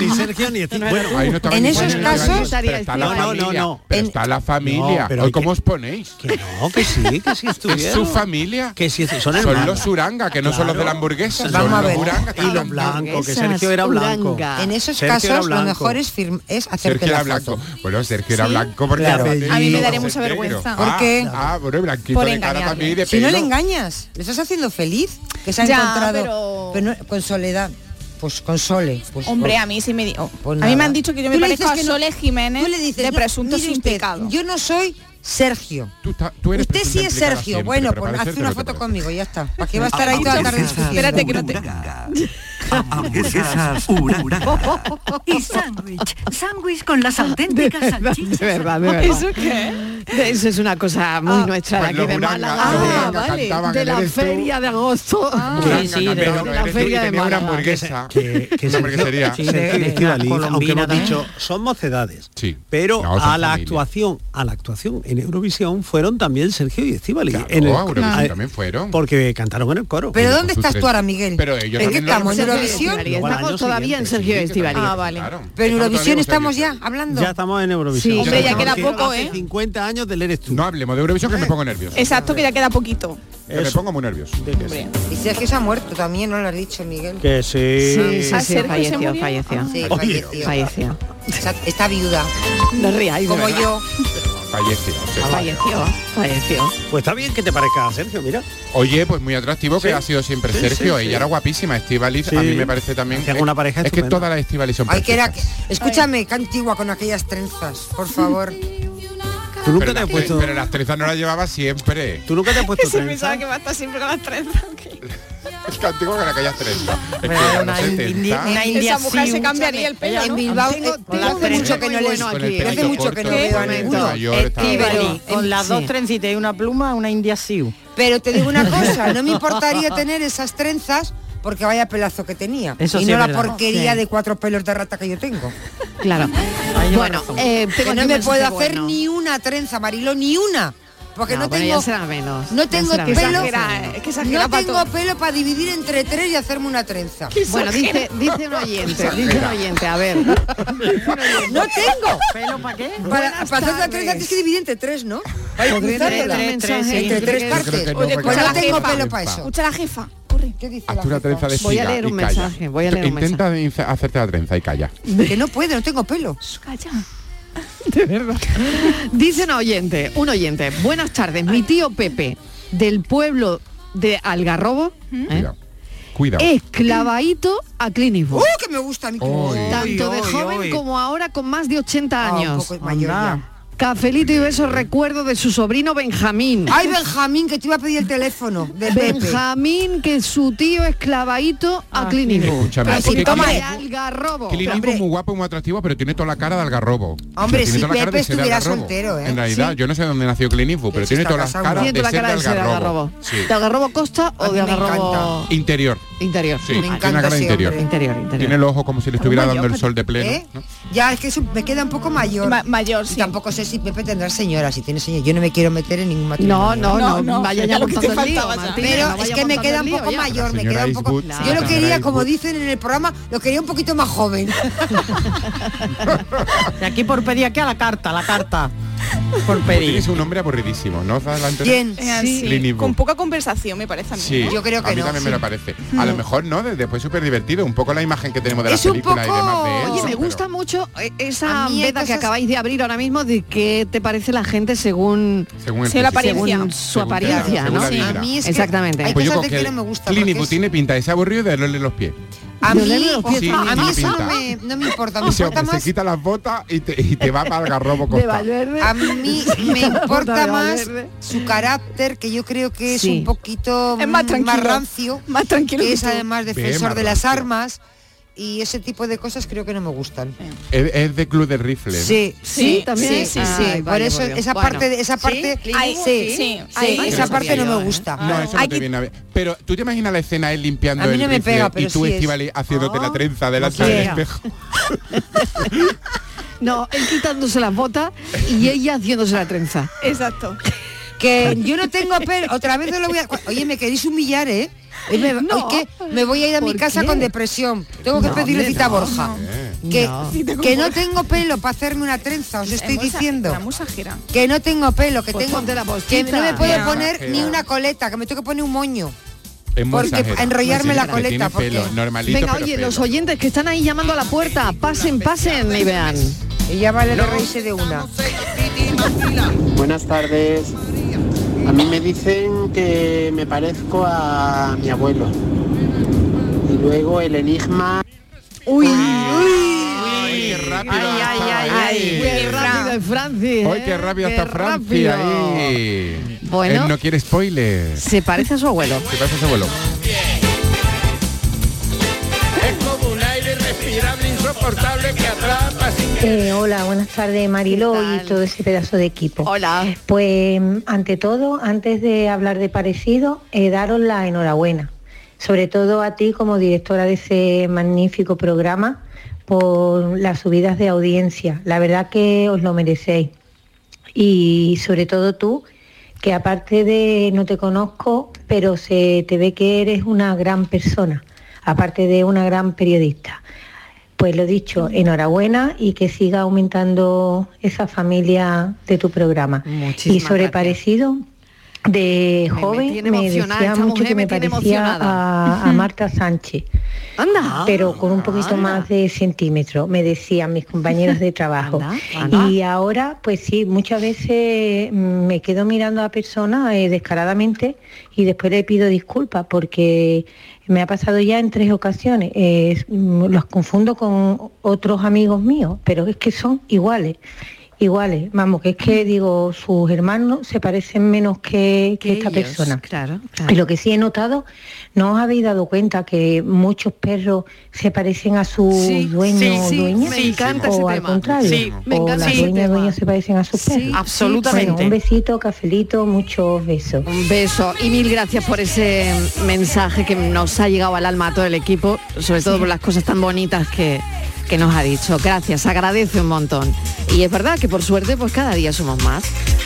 [SPEAKER 6] Ni Sergio ni Estivali. Bueno,
[SPEAKER 7] Ahí no estaba
[SPEAKER 10] En
[SPEAKER 7] ni
[SPEAKER 10] esos
[SPEAKER 7] Juan ni
[SPEAKER 10] casos-
[SPEAKER 7] Jesús, pero
[SPEAKER 10] Estaría
[SPEAKER 7] está la
[SPEAKER 10] Estíbaliz.
[SPEAKER 7] familia.
[SPEAKER 10] No, no, no.
[SPEAKER 7] Pero está la familia.
[SPEAKER 6] No, pero
[SPEAKER 7] Hoy,
[SPEAKER 6] hay que-
[SPEAKER 7] ¿Cómo os ponéis?
[SPEAKER 6] Que no, que sí, que sí
[SPEAKER 7] Es
[SPEAKER 6] estuvieron.
[SPEAKER 7] su familia.
[SPEAKER 6] Que sí, son
[SPEAKER 7] Son
[SPEAKER 6] hermanos.
[SPEAKER 7] los Uranga, que no son los de la hamburguesa.
[SPEAKER 6] Son
[SPEAKER 7] son
[SPEAKER 6] los
[SPEAKER 7] los
[SPEAKER 6] Uranga.
[SPEAKER 7] Uranga.
[SPEAKER 6] Y los blancos, que Sergio era blanco.
[SPEAKER 8] En esos
[SPEAKER 7] Sergio era
[SPEAKER 8] casos lo
[SPEAKER 7] blanco.
[SPEAKER 8] mejor es, firm- es hacerte
[SPEAKER 7] Sergio era
[SPEAKER 8] la
[SPEAKER 7] blanco.
[SPEAKER 8] foto.
[SPEAKER 7] Bueno, Sergio era
[SPEAKER 8] Sí.
[SPEAKER 7] blanco porque
[SPEAKER 8] Claro.
[SPEAKER 7] era
[SPEAKER 8] A mí me daría
[SPEAKER 7] negro.
[SPEAKER 8] mucha vergüenza.
[SPEAKER 7] Ah,
[SPEAKER 8] ¿Por qué?
[SPEAKER 7] Ah, bueno, blanquito
[SPEAKER 8] Por
[SPEAKER 7] de cara
[SPEAKER 8] engañarle.
[SPEAKER 7] también y de
[SPEAKER 8] si no le
[SPEAKER 7] pelo.
[SPEAKER 8] engañas, le estás haciendo feliz, que se ha
[SPEAKER 9] Ya,
[SPEAKER 8] encontrado pero no- con soledad, pues con Sole. pues
[SPEAKER 9] Hombre,
[SPEAKER 8] con-
[SPEAKER 9] a mí sí me di- oh,
[SPEAKER 8] pues
[SPEAKER 9] A mí me
[SPEAKER 8] nada.
[SPEAKER 9] han dicho que yo
[SPEAKER 8] Tú
[SPEAKER 9] me
[SPEAKER 8] le
[SPEAKER 9] parezco
[SPEAKER 8] dices
[SPEAKER 9] a
[SPEAKER 8] que no-
[SPEAKER 9] Sole Jiménez
[SPEAKER 8] tú le dices,
[SPEAKER 9] de
[SPEAKER 8] no,
[SPEAKER 9] presunto
[SPEAKER 8] mire
[SPEAKER 9] sin
[SPEAKER 8] usted,
[SPEAKER 9] pecado.
[SPEAKER 8] Yo no soy Sergio.
[SPEAKER 7] Ah, eres
[SPEAKER 8] usted
[SPEAKER 7] presunto
[SPEAKER 8] sí es
[SPEAKER 7] implicada
[SPEAKER 8] Sergio.
[SPEAKER 7] siempre,
[SPEAKER 8] bueno,
[SPEAKER 7] pero
[SPEAKER 8] pues
[SPEAKER 7] parecerte
[SPEAKER 8] haz una
[SPEAKER 7] lo que Ah,
[SPEAKER 8] foto conmigo, ya está. ¿Para qué va a estar ahí toda la tarde?
[SPEAKER 1] Hamburguesas
[SPEAKER 8] Espérate que no te...
[SPEAKER 1] Hamburguesas Uranga.
[SPEAKER 18] Y sándwich. Sándwich con las auténticas salchichas.
[SPEAKER 5] De verdad, de verdad.
[SPEAKER 18] ¿Eso
[SPEAKER 5] qué? Eso es una cosa muy nuestra de
[SPEAKER 18] pues
[SPEAKER 5] aquí
[SPEAKER 18] los
[SPEAKER 5] de
[SPEAKER 18] Uranga,
[SPEAKER 5] Málaga.
[SPEAKER 18] los Uranga
[SPEAKER 5] vale.
[SPEAKER 18] cantaban,
[SPEAKER 5] De la
[SPEAKER 18] eres tú.
[SPEAKER 5] feria de agosto. Ah,
[SPEAKER 7] Uranga cantaban,
[SPEAKER 5] de
[SPEAKER 7] eres
[SPEAKER 5] la
[SPEAKER 7] tú y
[SPEAKER 5] feria de
[SPEAKER 7] tenía una
[SPEAKER 5] Málaga.
[SPEAKER 7] hamburguesa.
[SPEAKER 6] que, que
[SPEAKER 7] Una
[SPEAKER 6] Sergio-
[SPEAKER 7] hamburguesería.
[SPEAKER 6] Sergio Estíbaliz, aunque hemos dicho son mocedades pero
[SPEAKER 7] No, son
[SPEAKER 6] a la
[SPEAKER 7] familia.
[SPEAKER 6] actuación a la actuación en Eurovisión fueron también Sergio y Estíbaliz en
[SPEAKER 7] a Eurovisión
[SPEAKER 6] ah,
[SPEAKER 7] también fueron.
[SPEAKER 6] porque cantaron en el coro
[SPEAKER 8] ¿Pero dónde estás tú ahora, Miguel?
[SPEAKER 7] Pero ellos
[SPEAKER 8] ¿En
[SPEAKER 7] también lo
[SPEAKER 8] qué estamos? ¿En
[SPEAKER 7] reconocen.
[SPEAKER 8] Eurovisión?
[SPEAKER 7] Luego al año
[SPEAKER 5] todavía en Sergio Estivali.
[SPEAKER 8] Ah, vale. Pero en Eurovisión estamos ya hablando.
[SPEAKER 6] ya estamos en Eurovisión
[SPEAKER 9] Sí. Hombre, ya queda
[SPEAKER 6] Porque
[SPEAKER 9] poco,
[SPEAKER 6] hace
[SPEAKER 9] ¿eh?
[SPEAKER 6] 50 años del eres tú Eh,
[SPEAKER 7] no hablemos de Eurovisión que me pongo nervioso
[SPEAKER 9] Exacto, que ya queda poquito.
[SPEAKER 7] que me pongo muy nervioso
[SPEAKER 8] Y Sergio se ha muerto también, no lo has dicho, Miguel.
[SPEAKER 6] que sí
[SPEAKER 5] Sí, sí,
[SPEAKER 8] Ah,
[SPEAKER 5] sí,
[SPEAKER 8] Sergio se
[SPEAKER 5] falleció,
[SPEAKER 8] murió. Ah,
[SPEAKER 5] falleció.
[SPEAKER 8] Sí,
[SPEAKER 6] Oye.
[SPEAKER 8] falleció.
[SPEAKER 5] Falleció.
[SPEAKER 8] Está, está viuda.
[SPEAKER 5] No ríais, de
[SPEAKER 8] Como
[SPEAKER 5] verdad.
[SPEAKER 8] yo.
[SPEAKER 7] falleció sí.
[SPEAKER 8] Ah,
[SPEAKER 5] Falleció, falleció.
[SPEAKER 6] pues está bien que te parezca a Sergio mira
[SPEAKER 7] Oye, pues muy atractivo que ha sido siempre
[SPEAKER 6] Sí,
[SPEAKER 7] Sergio.
[SPEAKER 6] sí, sí.
[SPEAKER 7] Ella era guapísima, Estivaliz. A mí me parece también. Es,
[SPEAKER 6] una pareja
[SPEAKER 7] es que
[SPEAKER 6] estupenda.
[SPEAKER 7] todas las Estivaliz son
[SPEAKER 8] Ay, que era...
[SPEAKER 7] perfectas.
[SPEAKER 8] Escúchame, qué antigua con aquellas trenzas, por favor.
[SPEAKER 6] Tú
[SPEAKER 7] pero,
[SPEAKER 6] nunca te
[SPEAKER 7] las
[SPEAKER 6] has puesto-
[SPEAKER 7] tre- pero las trenzas no las llevaba siempre.
[SPEAKER 6] tú nunca te has puesto
[SPEAKER 9] Se
[SPEAKER 6] trenza
[SPEAKER 9] pensaba que va a estar siempre con las trenzas.
[SPEAKER 7] Es que antiguo con aquellas trenzas. Es que
[SPEAKER 10] Bueno,
[SPEAKER 7] eran
[SPEAKER 10] una
[SPEAKER 7] los 70.
[SPEAKER 10] indi- una india
[SPEAKER 9] Esa mujer
[SPEAKER 10] sí,
[SPEAKER 9] se
[SPEAKER 10] un-
[SPEAKER 9] cambiaría el pelo,
[SPEAKER 8] En
[SPEAKER 9] ¿no?
[SPEAKER 8] Bilbao
[SPEAKER 10] Tengo-
[SPEAKER 8] eh,
[SPEAKER 10] tengo
[SPEAKER 8] hace
[SPEAKER 10] tres
[SPEAKER 8] mucho que no
[SPEAKER 10] muy
[SPEAKER 8] les
[SPEAKER 10] bueno
[SPEAKER 7] Con el
[SPEAKER 10] aquí.
[SPEAKER 7] pelito
[SPEAKER 8] hace mucho que
[SPEAKER 7] corto,
[SPEAKER 8] no veo a
[SPEAKER 7] en
[SPEAKER 8] ninguno.
[SPEAKER 7] Nueva York, estaba-
[SPEAKER 8] Estíbaliz.
[SPEAKER 10] Con las
[SPEAKER 8] Sí.
[SPEAKER 10] dos trencitas y una pluma, una india siu.
[SPEAKER 8] Pero te digo una cosa, no me importaría tener esas trenzas porque vaya pelazo que tenía.
[SPEAKER 10] Eso
[SPEAKER 8] y
[SPEAKER 10] sí
[SPEAKER 8] no
[SPEAKER 10] es
[SPEAKER 8] la
[SPEAKER 10] verdad.
[SPEAKER 8] porquería
[SPEAKER 10] Sí.
[SPEAKER 8] de cuatro pelos de rata que yo tengo.
[SPEAKER 5] Claro. Bueno, eh, tengo
[SPEAKER 8] Que
[SPEAKER 5] aquí
[SPEAKER 8] no
[SPEAKER 5] un
[SPEAKER 8] me puedo
[SPEAKER 5] mensaje
[SPEAKER 8] hacer
[SPEAKER 5] bueno.
[SPEAKER 8] ni una trenza, Marilo, ni una. Porque no,
[SPEAKER 5] No, bueno, ya
[SPEAKER 8] tengo.
[SPEAKER 5] será menos,
[SPEAKER 8] No
[SPEAKER 5] ya
[SPEAKER 8] tengo
[SPEAKER 5] será
[SPEAKER 8] pelo.
[SPEAKER 5] menos. Exagera, es que exagera
[SPEAKER 8] no
[SPEAKER 5] pa'
[SPEAKER 8] tengo
[SPEAKER 5] todo.
[SPEAKER 8] pelo para dividir entre tres y hacerme una trenza.
[SPEAKER 5] Bueno, dice, dice un oyente, dice un oyente, a ver.
[SPEAKER 8] No tengo.
[SPEAKER 10] ¿Pelo para qué?
[SPEAKER 8] Para,
[SPEAKER 5] Buenas
[SPEAKER 8] para hacer una trenza
[SPEAKER 5] tardes.
[SPEAKER 8] tienes que dividir entre tres, ¿no?
[SPEAKER 5] Podría
[SPEAKER 8] cruzártela.
[SPEAKER 5] tener un mensaje.
[SPEAKER 8] entre
[SPEAKER 5] Yo
[SPEAKER 8] tres
[SPEAKER 5] creo que-
[SPEAKER 8] partes.
[SPEAKER 7] Yo creo que no, porque
[SPEAKER 8] pues
[SPEAKER 7] la
[SPEAKER 8] no tengo
[SPEAKER 7] jefa-
[SPEAKER 8] pelo para eso.
[SPEAKER 9] Escucha la jefa. Corre.
[SPEAKER 8] ¿Qué dice
[SPEAKER 7] Hazte una trenza de
[SPEAKER 5] Voy a
[SPEAKER 7] siga
[SPEAKER 5] leer
[SPEAKER 7] y
[SPEAKER 5] un
[SPEAKER 7] calla.
[SPEAKER 5] mensaje, voy a leer un
[SPEAKER 7] Intenta inf- hacerte la trenza y calla.
[SPEAKER 8] Que no puedo, no tengo pelo.
[SPEAKER 9] Calla.
[SPEAKER 5] De verdad. Dice un oyente, un oyente, buenas tardes, mi tío Pepe, del pueblo de Algarrobo, ¿eh?
[SPEAKER 7] Cuidado. Cuidado.
[SPEAKER 5] es clavadito a Clint Eastwood.
[SPEAKER 8] ¡Uh, que me gusta a mí!
[SPEAKER 7] Oy.
[SPEAKER 5] Tanto de
[SPEAKER 8] Oy, oy,
[SPEAKER 5] joven
[SPEAKER 8] oy.
[SPEAKER 5] como ahora con más de 80
[SPEAKER 8] Ah, un
[SPEAKER 5] años.
[SPEAKER 8] poco mayor ya.
[SPEAKER 5] Anda. Cafelito y besos recuerdo de su sobrino Benjamín.
[SPEAKER 8] Ay, Benjamín, que te iba a pedir el teléfono de Pepe. Ah,
[SPEAKER 5] Benjamín, que su tío es clavadito a Clint Eastwood.
[SPEAKER 7] Escúchame,
[SPEAKER 8] Pero
[SPEAKER 7] porque
[SPEAKER 8] si toma
[SPEAKER 7] Clint-
[SPEAKER 5] De Algarrobo.
[SPEAKER 7] Clint Eastwood es muy guapo, muy atractivo, pero tiene toda la cara de algarrobo. O
[SPEAKER 8] Hombre,
[SPEAKER 7] sea, tiene
[SPEAKER 8] si
[SPEAKER 7] toda la cara
[SPEAKER 8] Pepe
[SPEAKER 7] de ser de
[SPEAKER 8] estuviera
[SPEAKER 7] algarrobo.
[SPEAKER 8] soltero, ¿eh?
[SPEAKER 7] En realidad,
[SPEAKER 8] Sí.
[SPEAKER 7] yo no sé dónde nació Clint Eastwood, pero
[SPEAKER 8] Ese
[SPEAKER 7] tiene
[SPEAKER 8] está
[SPEAKER 7] toda la
[SPEAKER 8] casado,
[SPEAKER 7] cara
[SPEAKER 8] ¿no?
[SPEAKER 7] de
[SPEAKER 5] Tiene toda la
[SPEAKER 7] ser
[SPEAKER 5] cara de ser de Algarrobo.
[SPEAKER 7] Sí.
[SPEAKER 5] ¿De Algarrobo Costa
[SPEAKER 8] A
[SPEAKER 5] o
[SPEAKER 8] mí
[SPEAKER 5] de
[SPEAKER 8] me
[SPEAKER 5] Algarrobo
[SPEAKER 7] Interior.
[SPEAKER 5] interior?
[SPEAKER 7] Sí,
[SPEAKER 8] Me
[SPEAKER 7] tiene
[SPEAKER 8] encanta
[SPEAKER 7] una cara de
[SPEAKER 8] ese
[SPEAKER 7] interior.
[SPEAKER 8] hombre.
[SPEAKER 5] Interior, interior.
[SPEAKER 7] Tiene los ojos como si le estuviera
[SPEAKER 5] mayor,
[SPEAKER 7] dando el
[SPEAKER 5] pero-
[SPEAKER 7] sol de pleno.
[SPEAKER 8] ¿Eh?
[SPEAKER 7] ¿no?
[SPEAKER 8] Ya, es que eso me queda un poco mayor.
[SPEAKER 9] Ma- mayor,
[SPEAKER 8] Y
[SPEAKER 9] sí.
[SPEAKER 8] Tampoco sé si Pepe tendrá señora, si tiene señora. Yo no me quiero meter en ningún
[SPEAKER 5] No,
[SPEAKER 8] matrimonio.
[SPEAKER 5] no, no,
[SPEAKER 9] No, no,
[SPEAKER 5] vaya
[SPEAKER 9] ya
[SPEAKER 5] ya
[SPEAKER 9] lo que te
[SPEAKER 5] montando el lío,
[SPEAKER 9] faltaba ya.
[SPEAKER 5] Martina,
[SPEAKER 8] Pero
[SPEAKER 5] no
[SPEAKER 8] es
[SPEAKER 5] vaya
[SPEAKER 8] que me
[SPEAKER 5] montando
[SPEAKER 8] queda
[SPEAKER 5] el
[SPEAKER 8] un
[SPEAKER 5] lío,
[SPEAKER 8] poco
[SPEAKER 5] ya.
[SPEAKER 8] mayor, me
[SPEAKER 7] Señora
[SPEAKER 8] queda un poco...
[SPEAKER 7] Eastwood,
[SPEAKER 5] Claro.
[SPEAKER 8] Yo lo
[SPEAKER 7] señora
[SPEAKER 8] quería, como
[SPEAKER 7] Eastwood.
[SPEAKER 8] dicen en el programa, lo quería un poquito más joven.
[SPEAKER 10] De aquí por pedir aquí a la carta, la carta. Por Eh, pedir.
[SPEAKER 7] Pues Tienes un hombre aburridísimo, ¿no? Delante de-
[SPEAKER 8] ¿Quién?
[SPEAKER 9] Es así,
[SPEAKER 7] Clint Eastwood.
[SPEAKER 9] Con poca conversación, me parece a mí.
[SPEAKER 7] Sí,
[SPEAKER 9] ¿no?
[SPEAKER 8] Yo creo
[SPEAKER 7] a
[SPEAKER 8] que
[SPEAKER 7] mí
[SPEAKER 8] no,
[SPEAKER 7] también
[SPEAKER 8] sí. Mm.
[SPEAKER 7] me lo parece. A lo mejor no, desde después súper divertido, un poco la imagen que tenemos de
[SPEAKER 8] Es
[SPEAKER 7] la
[SPEAKER 8] un
[SPEAKER 7] película y
[SPEAKER 8] poco-
[SPEAKER 7] demás de él,
[SPEAKER 5] Oye, me
[SPEAKER 7] pero-
[SPEAKER 5] gusta mucho eh, esa
[SPEAKER 8] A mí hay
[SPEAKER 5] veda que
[SPEAKER 8] cosas-
[SPEAKER 5] acabáis de abrir ahora mismo de qué te parece la gente según,
[SPEAKER 7] Según el
[SPEAKER 9] Sí, la
[SPEAKER 7] físico.
[SPEAKER 9] apariencia.
[SPEAKER 5] según su
[SPEAKER 7] Según
[SPEAKER 5] apariencia,
[SPEAKER 7] te- según
[SPEAKER 5] ¿no?
[SPEAKER 7] la
[SPEAKER 5] Sí.
[SPEAKER 7] vibra.
[SPEAKER 8] mí es que
[SPEAKER 5] Exactamente.
[SPEAKER 8] hay
[SPEAKER 7] Pues yo
[SPEAKER 8] cosas
[SPEAKER 7] creo
[SPEAKER 8] de que no me gusta.
[SPEAKER 7] Clint
[SPEAKER 8] porque
[SPEAKER 7] Eastwood
[SPEAKER 8] es-
[SPEAKER 7] tiene pinta de ser aburrido y de olerle los pies.
[SPEAKER 8] A
[SPEAKER 5] De
[SPEAKER 8] mí,
[SPEAKER 5] olerle los pies,
[SPEAKER 7] Sí,
[SPEAKER 8] a mí
[SPEAKER 7] tiene
[SPEAKER 8] eso no
[SPEAKER 7] pinta.
[SPEAKER 8] me, no me importa. Me
[SPEAKER 7] Y se,
[SPEAKER 8] importa
[SPEAKER 7] se
[SPEAKER 8] más
[SPEAKER 7] quita las botas y te, y te va para el garrobo costa.
[SPEAKER 5] Valverde.
[SPEAKER 8] A mí me importa
[SPEAKER 5] Vale,
[SPEAKER 8] más
[SPEAKER 5] verde.
[SPEAKER 8] su carácter, que yo creo que es
[SPEAKER 5] Sí.
[SPEAKER 8] un poquito
[SPEAKER 9] Es más
[SPEAKER 8] mm,
[SPEAKER 9] tranquilo.
[SPEAKER 8] rancio.
[SPEAKER 9] Más tranquilo. que
[SPEAKER 8] Es
[SPEAKER 9] tú.
[SPEAKER 8] además
[SPEAKER 7] más
[SPEAKER 8] defensor de las
[SPEAKER 7] rancio.
[SPEAKER 8] armas y ese tipo de cosas creo que no me gustan.
[SPEAKER 7] Es, es de club de rifle. ¿no?
[SPEAKER 8] Sí,
[SPEAKER 5] Sí, también.
[SPEAKER 8] sí, Ah, sí,
[SPEAKER 5] Ay,
[SPEAKER 8] sí.
[SPEAKER 5] vale,
[SPEAKER 8] Por eso
[SPEAKER 5] por Dios.
[SPEAKER 8] esa
[SPEAKER 5] Bueno.
[SPEAKER 8] parte, de- esa parte,
[SPEAKER 9] Clint Eastwood,
[SPEAKER 8] sí,
[SPEAKER 9] sí.
[SPEAKER 8] sí,
[SPEAKER 9] Ahí,
[SPEAKER 8] sí,
[SPEAKER 9] ahí
[SPEAKER 8] esa
[SPEAKER 9] no
[SPEAKER 8] parte
[SPEAKER 9] sabía
[SPEAKER 8] no
[SPEAKER 9] yo,
[SPEAKER 8] me
[SPEAKER 9] ¿eh?
[SPEAKER 8] gusta.
[SPEAKER 7] No, eso no
[SPEAKER 9] Hay
[SPEAKER 7] te
[SPEAKER 9] que-
[SPEAKER 7] viene a ver. Pero tú te imaginas la escena él limpiando
[SPEAKER 8] A mí
[SPEAKER 7] el
[SPEAKER 8] no me
[SPEAKER 7] rifle
[SPEAKER 8] pega,
[SPEAKER 7] y
[SPEAKER 8] pero
[SPEAKER 7] tú
[SPEAKER 8] sí es.
[SPEAKER 7] Estíbaliz, haciéndote la trenza delante del
[SPEAKER 5] quiera.
[SPEAKER 7] espejo.
[SPEAKER 5] No, él quitándose las botas y ella haciéndose la trenza.
[SPEAKER 9] Exacto.
[SPEAKER 8] Que yo no tengo pelo. Otra vez no lo voy a. Oye, me queréis humillar, ¿eh? Hoy me,
[SPEAKER 5] No.
[SPEAKER 8] hoy que me voy a ir a mi
[SPEAKER 5] ¿Por
[SPEAKER 8] casa
[SPEAKER 5] qué?
[SPEAKER 8] con depresión. Tengo que
[SPEAKER 5] No,
[SPEAKER 8] pedirle
[SPEAKER 5] hombre,
[SPEAKER 8] cita a
[SPEAKER 5] no,
[SPEAKER 8] Borja.
[SPEAKER 5] no.
[SPEAKER 8] Que,
[SPEAKER 5] No.
[SPEAKER 8] que no tengo pelo para hacerme una trenza, os estoy diciendo. Que no tengo pelo, que
[SPEAKER 5] Pues
[SPEAKER 8] tengo.
[SPEAKER 5] ponte la
[SPEAKER 8] que
[SPEAKER 5] postita.
[SPEAKER 8] no me puedo
[SPEAKER 5] Ya.
[SPEAKER 8] poner ni
[SPEAKER 7] Exagera.
[SPEAKER 8] una coleta, que me tengo que poner un moño.
[SPEAKER 7] Es muy
[SPEAKER 8] Porque
[SPEAKER 7] exagerado.
[SPEAKER 8] enrollarme la
[SPEAKER 7] Que
[SPEAKER 8] coleta,
[SPEAKER 7] tiene
[SPEAKER 8] porque-
[SPEAKER 7] pelo, normalito,
[SPEAKER 5] Venga,
[SPEAKER 7] pero
[SPEAKER 5] oye,
[SPEAKER 7] pelo.
[SPEAKER 5] los oyentes que están ahí llamando a la puerta, pasen, pasen y vean.
[SPEAKER 8] Ella vale de
[SPEAKER 5] este
[SPEAKER 8] reírse de una.
[SPEAKER 6] Buenas tardes. A mí me dicen que me parezco a mi abuelo. Y luego el enigma.
[SPEAKER 5] Uy,
[SPEAKER 7] Ay, qué rápido.
[SPEAKER 5] ay, ay, ay, qué rápido es Francis.
[SPEAKER 7] Hoy
[SPEAKER 5] ¿eh?
[SPEAKER 7] qué rápido está Francia
[SPEAKER 5] rápido.
[SPEAKER 7] ahí.
[SPEAKER 5] Bueno.
[SPEAKER 7] Él no quiere spoilers.
[SPEAKER 5] Se parece a su abuelo.
[SPEAKER 7] Se parece a su abuelo.
[SPEAKER 19] Es como un aire respirable insoportable que atrapa sin
[SPEAKER 12] Eh, hola, buenas tardes Mariló y todo ese pedazo de equipo. Hola. Pues ante todo, antes de hablar de parecido, eh, daros la enhorabuena, sobre todo a ti como directora de ese magnífico programa por las subidas de audiencia. La verdad que os lo merecéis. Y sobre todo tú, que aparte de no te conozco, pero se te ve que eres una gran persona, aparte de una gran periodista. Pues lo dicho, enhorabuena y que siga aumentando esa familia de tu programa. y sobre parecido, de joven
[SPEAKER 5] tiene
[SPEAKER 12] me,
[SPEAKER 5] emocionada,
[SPEAKER 12] decía
[SPEAKER 5] esta
[SPEAKER 12] mucho
[SPEAKER 5] mujer
[SPEAKER 12] que
[SPEAKER 5] me
[SPEAKER 12] me
[SPEAKER 5] tiene
[SPEAKER 12] parecía
[SPEAKER 5] emocionada.
[SPEAKER 12] a, a Marta Sánchez.
[SPEAKER 5] Anda.
[SPEAKER 12] Pero con un poquito más de centímetro, me decían mis compañeros de trabajo.
[SPEAKER 5] anda.
[SPEAKER 12] Y ahora, pues sí, muchas veces mm, me quedo mirando a personas eh, descaradamente y después le pido disculpas porque me ha pasado ya en tres ocasiones. Eh, es- mm, los confundo con otros amigos míos, pero es que son iguales. Iguales, vamos, que es que digo, sus hermanos se parecen menos que,
[SPEAKER 5] Que
[SPEAKER 12] que esta
[SPEAKER 5] ellos,
[SPEAKER 12] persona.
[SPEAKER 5] Claro,
[SPEAKER 12] Y lo que sí he notado, ¿no os habéis dado cuenta que muchos perros se parecen a su
[SPEAKER 5] Sí,
[SPEAKER 12] dueño
[SPEAKER 5] sí,
[SPEAKER 12] o
[SPEAKER 5] sí,
[SPEAKER 12] dueña?
[SPEAKER 5] me encanta
[SPEAKER 12] o
[SPEAKER 5] ese
[SPEAKER 12] al
[SPEAKER 5] tema.
[SPEAKER 12] contrario,
[SPEAKER 5] Sí, me
[SPEAKER 12] o
[SPEAKER 5] encanta
[SPEAKER 12] las
[SPEAKER 5] ese
[SPEAKER 12] dueñas o dueños se parecen a sus perros.
[SPEAKER 5] absolutamente.
[SPEAKER 12] Bueno, un besito, cafelito, muchos besos.
[SPEAKER 5] Un beso y mil gracias por ese mensaje que nos ha llegado al alma a todo el equipo, sobre todo
[SPEAKER 12] Sí.
[SPEAKER 5] por las cosas tan bonitas que, que nos ha dicho. Gracias, agradece un montón. Y es verdad que por suerte pues cada día somos más.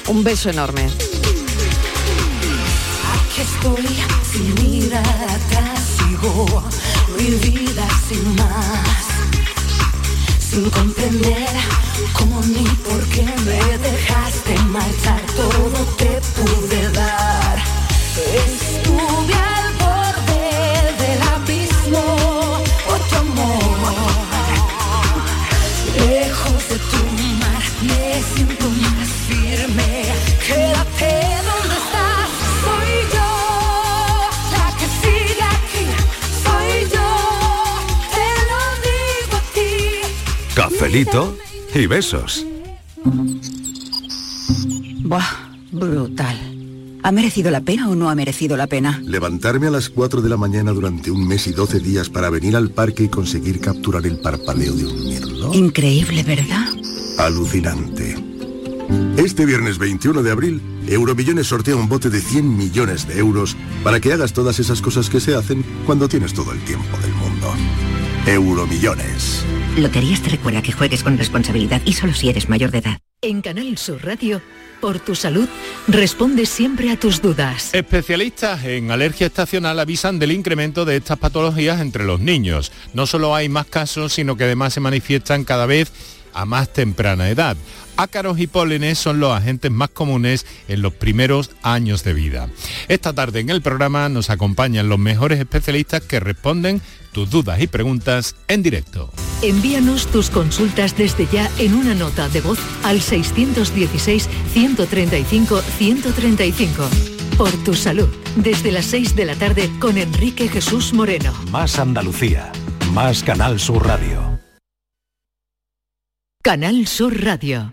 [SPEAKER 5] Un beso enorme.
[SPEAKER 20] Aquí estoy sin mirar atrás, sigo mi vida sin más, sin comprender cómo ni por qué me dejaste marchar, todo te pude dar. Estuve al borde del abismo por tu amor. Lejos de tu mar me siento más firme. Quédate donde estás, soy yo la que sigue aquí, soy yo. Te lo digo a ti.
[SPEAKER 21] Cafelito y besos.
[SPEAKER 14] Buah, brutal. ¿Ha merecido la pena o no ha merecido la pena?
[SPEAKER 2] Levantarme a las 4 de la mañana durante un mes y 12 días para venir al parque y conseguir capturar el parpadeo de un mirlo.
[SPEAKER 14] Increíble, ¿verdad?
[SPEAKER 2] Alucinante. Este viernes 21 de abril, Euromillones sortea un bote de 100 millones de euros para que hagas todas esas cosas que se hacen cuando tienes todo el tiempo del mundo. Euromillones.
[SPEAKER 22] Loterías te recuerda que juegues con responsabilidad y solo si eres mayor de edad.
[SPEAKER 4] En Canal Sur Radio, por tu salud, responde siempre a tus dudas.
[SPEAKER 23] Especialistas en alergia estacional avisan del incremento de estas patologías entre los niños. No solo hay más casos, sino que además se manifiestan cada vez a más temprana edad. Ácaros y pólenes son los agentes más comunes en los primeros años de vida. Esta tarde en el programa nos acompañan los mejores especialistas que responden tus dudas y preguntas en directo.
[SPEAKER 4] Envíanos tus consultas desde ya en una nota de voz al 616-135-135. Por tu salud, desde las 6 de la tarde con Enrique Jesús Moreno.
[SPEAKER 24] Más Andalucía. Más Canal Sur Radio.
[SPEAKER 4] Canal Sur Radio.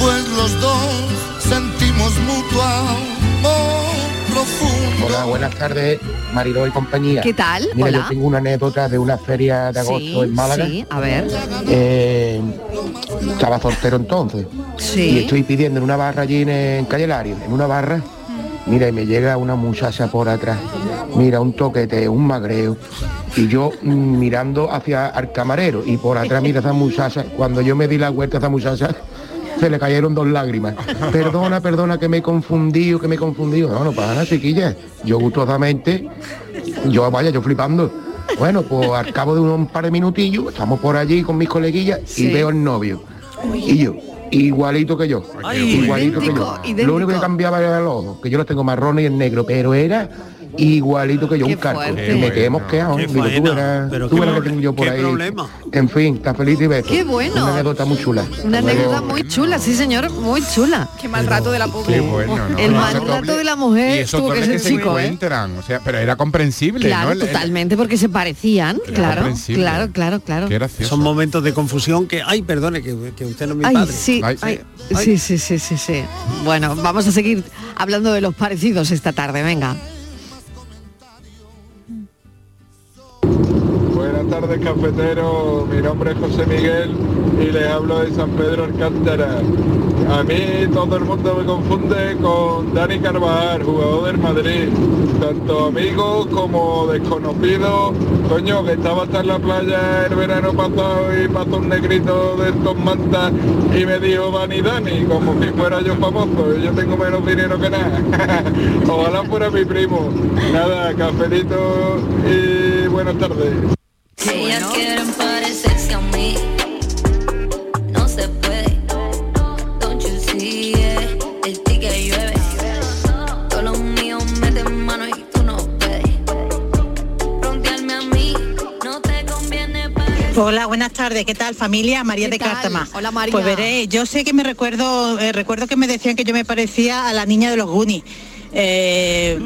[SPEAKER 25] pues los dos sentimos mutuo amor profundo.
[SPEAKER 26] Hola, buenas tardes, Mariló y compañía.
[SPEAKER 5] ¿Qué tal?
[SPEAKER 26] Mira,
[SPEAKER 5] Hola.
[SPEAKER 26] yo tengo una anécdota de una feria de agosto
[SPEAKER 5] Sí,
[SPEAKER 26] en Málaga.
[SPEAKER 5] sí, a ver.
[SPEAKER 26] Eh, estaba soltero entonces.
[SPEAKER 5] Sí.
[SPEAKER 26] Y estoy pidiendo en una barra allí en, en Calle Lario, en una barra. Mira, y me llega una muchacha por atrás. Mira, un toquete, un magreo. Y yo mm, mirando hacia al camarero. Y por atrás, mira esa muchacha. Cuando yo me di la vuelta a esa muchacha, se le cayeron dos lágrimas. Perdona, perdona, que me he confundido, que me he confundido. No, no pasa nada, chiquilla. Yo gustosamente, yo vaya, yo flipando. Bueno, pues al cabo de unos par de minutillos, estamos por allí con mis coleguillas
[SPEAKER 5] Sí.
[SPEAKER 26] y veo el novio. Y yo, igualito que yo.
[SPEAKER 5] Ay,
[SPEAKER 26] igualito que
[SPEAKER 5] idéntico,
[SPEAKER 26] yo.
[SPEAKER 5] idéntico.
[SPEAKER 26] Lo único que cambiaba era los ojos, que yo los tengo marrones y el negro, pero era igualito que yo, un carco. Y
[SPEAKER 6] fuerte.
[SPEAKER 26] me quedé
[SPEAKER 6] Qué
[SPEAKER 26] mosqueado.
[SPEAKER 6] bueno,
[SPEAKER 26] Digo,
[SPEAKER 6] qué
[SPEAKER 26] tú verás,
[SPEAKER 6] faena.
[SPEAKER 26] tú
[SPEAKER 6] Pero
[SPEAKER 26] verás
[SPEAKER 6] qué
[SPEAKER 26] lo que tengo yo por
[SPEAKER 6] qué
[SPEAKER 26] ahí.
[SPEAKER 6] problema.
[SPEAKER 26] En fin, está feliz y beso.
[SPEAKER 5] Qué bueno.
[SPEAKER 26] Una anécdota muy chula.
[SPEAKER 5] Una
[SPEAKER 26] Hasta luego.
[SPEAKER 5] anécdota muy chula, sí señor, muy chula.
[SPEAKER 27] Qué mal rato de la pobre.
[SPEAKER 7] Qué bueno, ¿no?
[SPEAKER 5] Oh, El
[SPEAKER 7] Lo
[SPEAKER 5] mal
[SPEAKER 7] hace
[SPEAKER 5] rato
[SPEAKER 7] doble-
[SPEAKER 5] de la
[SPEAKER 7] y
[SPEAKER 5] mujer
[SPEAKER 7] esos
[SPEAKER 5] tuvo que
[SPEAKER 7] dobles
[SPEAKER 5] ser
[SPEAKER 7] se
[SPEAKER 5] chico, ¿eh?
[SPEAKER 7] encuentran, o sea, pero era comprensible,
[SPEAKER 5] Claro,
[SPEAKER 7] ¿no? El- el-
[SPEAKER 5] totalmente, porque se parecían, claro,
[SPEAKER 7] comprensible.
[SPEAKER 5] claro, claro, claro.
[SPEAKER 6] Son momentos de confusión que, ay, perdone, que, que usted no es mi
[SPEAKER 5] Ay,
[SPEAKER 6] padre.
[SPEAKER 5] sí, ay, sí, sí, sí, sí, sí. Bueno, vamos a seguir hablando de los parecidos esta tarde, venga.
[SPEAKER 28] Buenas tardes, cafetero. Mi nombre es José Miguel y les hablo de San Pedro Alcántara. A mí todo el mundo me confunde con Dani Carvajal, jugador del Madrid. Tanto amigo como desconocido. Coño, que estaba hasta en la playa el verano pasado y pasó un negrito de estos mantas y me dijo Dani Dani, como si fuera yo famoso. Yo tengo menos dinero que nada. Ojalá fuera mi primo. Nada, cafelito y buenas tardes.
[SPEAKER 29] Si ellas quieren parecerse a mí, no se puede. Don't you see it? El tigre llueve. Todos los míos meten mano y tú no ves. Frontearme a mí no te conviene para
[SPEAKER 30] Hola, buenas tardes. ¿Qué tal, familia? María de Cártama. Hola, María. Pues veré, yo sé que me recuerdo, eh, recuerdo que me decían que yo me parecía a la niña de los Goonies. Eh,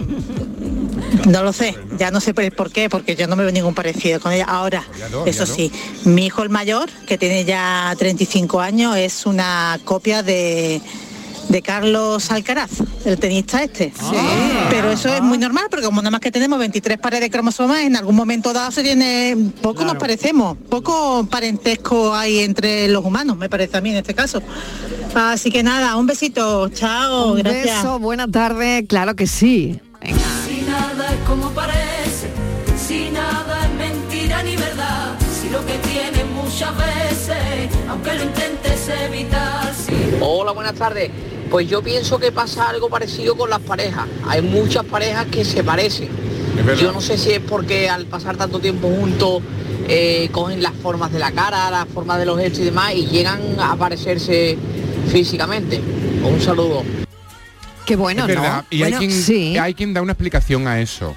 [SPEAKER 30] no lo sé, ya no sé por qué, porque yo no me veo ningún parecido con ella. Ahora,
[SPEAKER 12] no, ya
[SPEAKER 30] eso
[SPEAKER 12] no.
[SPEAKER 30] sí, mi hijo el mayor, que tiene ya 35 años, es una copia de, de Carlos Alcaraz, el tenista este.
[SPEAKER 12] Ah.
[SPEAKER 30] Pero eso es muy normal, porque como nada más que tenemos 23 pares de cromosomas, en algún momento dado se tiene... Poco nos parecemos, poco parentesco hay entre los humanos, me parece a mí en este caso. Así que nada, un besito, chao,
[SPEAKER 5] Un
[SPEAKER 30] gracias.
[SPEAKER 5] beso, buena tarde, claro que sí.
[SPEAKER 12] Si nada es como parece, si nada es mentira ni verdad, si lo que tienes muchas veces, aunque lo intentes evitar, si...
[SPEAKER 15] Hola, buenas tardes. Pues yo pienso que pasa algo parecido con las parejas. Hay muchas parejas que se parecen. Yo no sé si es porque al pasar tanto tiempo juntos eh, cogen las formas de la cara, las formas de los gestos y demás y llegan a parecerse físicamente. Un saludo.
[SPEAKER 5] Qué bueno,
[SPEAKER 7] Es verdad,
[SPEAKER 5] ¿no?
[SPEAKER 7] Y hay,
[SPEAKER 5] Bueno,
[SPEAKER 7] quien,
[SPEAKER 5] sí.
[SPEAKER 7] hay quien da una explicación a eso.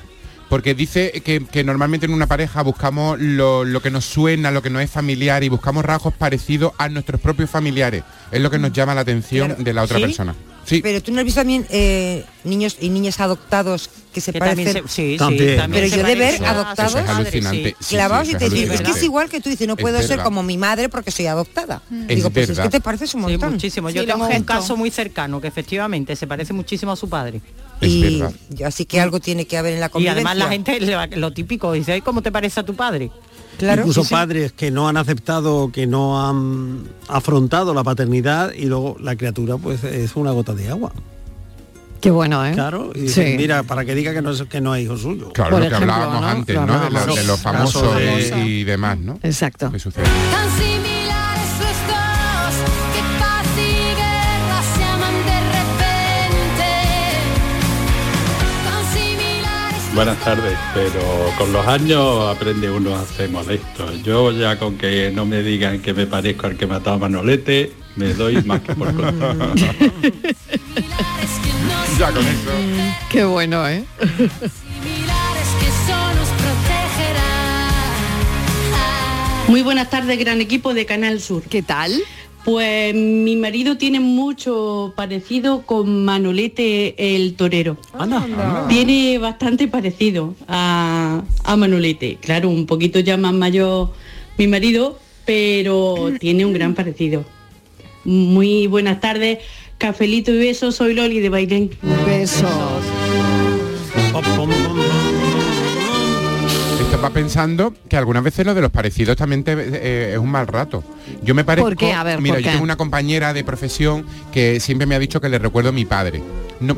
[SPEAKER 7] Porque dice que, que normalmente en una pareja buscamos lo, lo que nos suena, lo que no es familiar y buscamos rasgos parecidos a nuestros propios familiares. Es lo que nos llama la atención de la otra
[SPEAKER 8] ¿Sí?
[SPEAKER 7] persona. Sí.
[SPEAKER 8] Pero tú no has visto también eh, niños y niñas adoptados que se
[SPEAKER 7] Que también
[SPEAKER 8] parecen.
[SPEAKER 7] se- sí, sí, También. también
[SPEAKER 8] Pero
[SPEAKER 7] se
[SPEAKER 8] yo de ver
[SPEAKER 7] parecen a
[SPEAKER 8] adoptados
[SPEAKER 7] sus Eso es padres, alucinante. sí. Sí,
[SPEAKER 8] clavados
[SPEAKER 7] sí,
[SPEAKER 8] y
[SPEAKER 7] eso
[SPEAKER 8] te
[SPEAKER 7] es
[SPEAKER 8] digo, es que es
[SPEAKER 7] alucinante.
[SPEAKER 8] igual que tú dices, no
[SPEAKER 7] Es
[SPEAKER 8] puedo ser
[SPEAKER 7] verdad. Mm.
[SPEAKER 8] como mi madre porque soy adoptada.
[SPEAKER 7] Es
[SPEAKER 8] digo, pues es
[SPEAKER 7] verdad.
[SPEAKER 8] que te pareces un
[SPEAKER 10] Sí,
[SPEAKER 8] montón.
[SPEAKER 10] muchísimo. Yo
[SPEAKER 8] Sí,
[SPEAKER 10] tengo
[SPEAKER 8] lo
[SPEAKER 10] un
[SPEAKER 8] objeto.
[SPEAKER 10] caso muy cercano que efectivamente se parece muchísimo a su padre.
[SPEAKER 8] Y yo- así que algo tiene que haber en la
[SPEAKER 10] Y
[SPEAKER 8] convivencia.
[SPEAKER 10] además la gente, le va- lo típico, dice, "Ay, ¿cómo te parece a tu padre?
[SPEAKER 6] Incluso
[SPEAKER 10] Sí, sí.
[SPEAKER 6] padres que no han aceptado, que no han afrontado la paternidad y luego la criatura pues es una gota de agua.
[SPEAKER 5] Qué bueno, ¿eh?
[SPEAKER 6] Claro, y dicen,
[SPEAKER 5] Sí.
[SPEAKER 6] mira, para que diga que no es, que no es hijo suyo.
[SPEAKER 7] Claro,
[SPEAKER 5] Por
[SPEAKER 7] lo que
[SPEAKER 5] ejemplo,
[SPEAKER 7] hablábamos
[SPEAKER 5] ¿no?
[SPEAKER 7] antes,
[SPEAKER 5] Lo
[SPEAKER 7] ¿no? De, lo-
[SPEAKER 6] hablábamos.
[SPEAKER 7] de los famosos
[SPEAKER 6] Caso de-
[SPEAKER 7] eh, y demás, ¿no?
[SPEAKER 5] Exacto.
[SPEAKER 7] Que sucede.
[SPEAKER 20] Tan similares los dos que paz y guerra se aman de repente. Tan similares.
[SPEAKER 31] Buenas tardes, pero con los años aprende uno a hacer molestos. Yo ya con que no me digan que me parezco al que mataba a Manolete, me doy más que por contado.
[SPEAKER 7] ya con eso.
[SPEAKER 8] Mm.
[SPEAKER 5] Qué bueno, ¿eh?
[SPEAKER 20] Similares que solo nos protegerán.
[SPEAKER 15] Muy buenas tardes, gran equipo de Canal Sur.
[SPEAKER 5] ¿Qué tal?
[SPEAKER 15] Pues mi marido tiene mucho parecido con Manolete el torero. Tiene bastante parecido a, a Manolete. Claro, un poquito ya más mayor mi marido, pero tiene un gran parecido. Muy buenas tardes, cafelito y besos. Soy Loli de Bailén.
[SPEAKER 5] Besos.
[SPEAKER 7] Esto va pensando que algunas veces lo de los parecidos también te- eh, es un mal rato. Yo me parezco.
[SPEAKER 5] ¿Por qué? A ver,
[SPEAKER 7] mira,
[SPEAKER 5] ¿por
[SPEAKER 7] yo
[SPEAKER 5] qué?
[SPEAKER 7] tengo una compañera de profesión que siempre me ha dicho que le recuerdo a mi padre. No,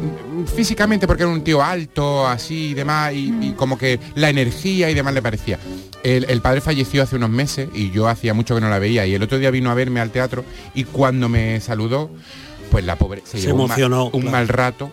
[SPEAKER 7] físicamente porque era un tío alto, así y demás, y,
[SPEAKER 5] Mm.
[SPEAKER 7] y como que la energía y demás le parecía. El, el padre falleció hace unos meses y yo hacía mucho que no la veía y el otro día vino a verme al teatro y cuando me saludó, pues la pobre
[SPEAKER 6] Se
[SPEAKER 7] llevó un ma-
[SPEAKER 6] emocionó,
[SPEAKER 7] un
[SPEAKER 6] claro.
[SPEAKER 7] mal rato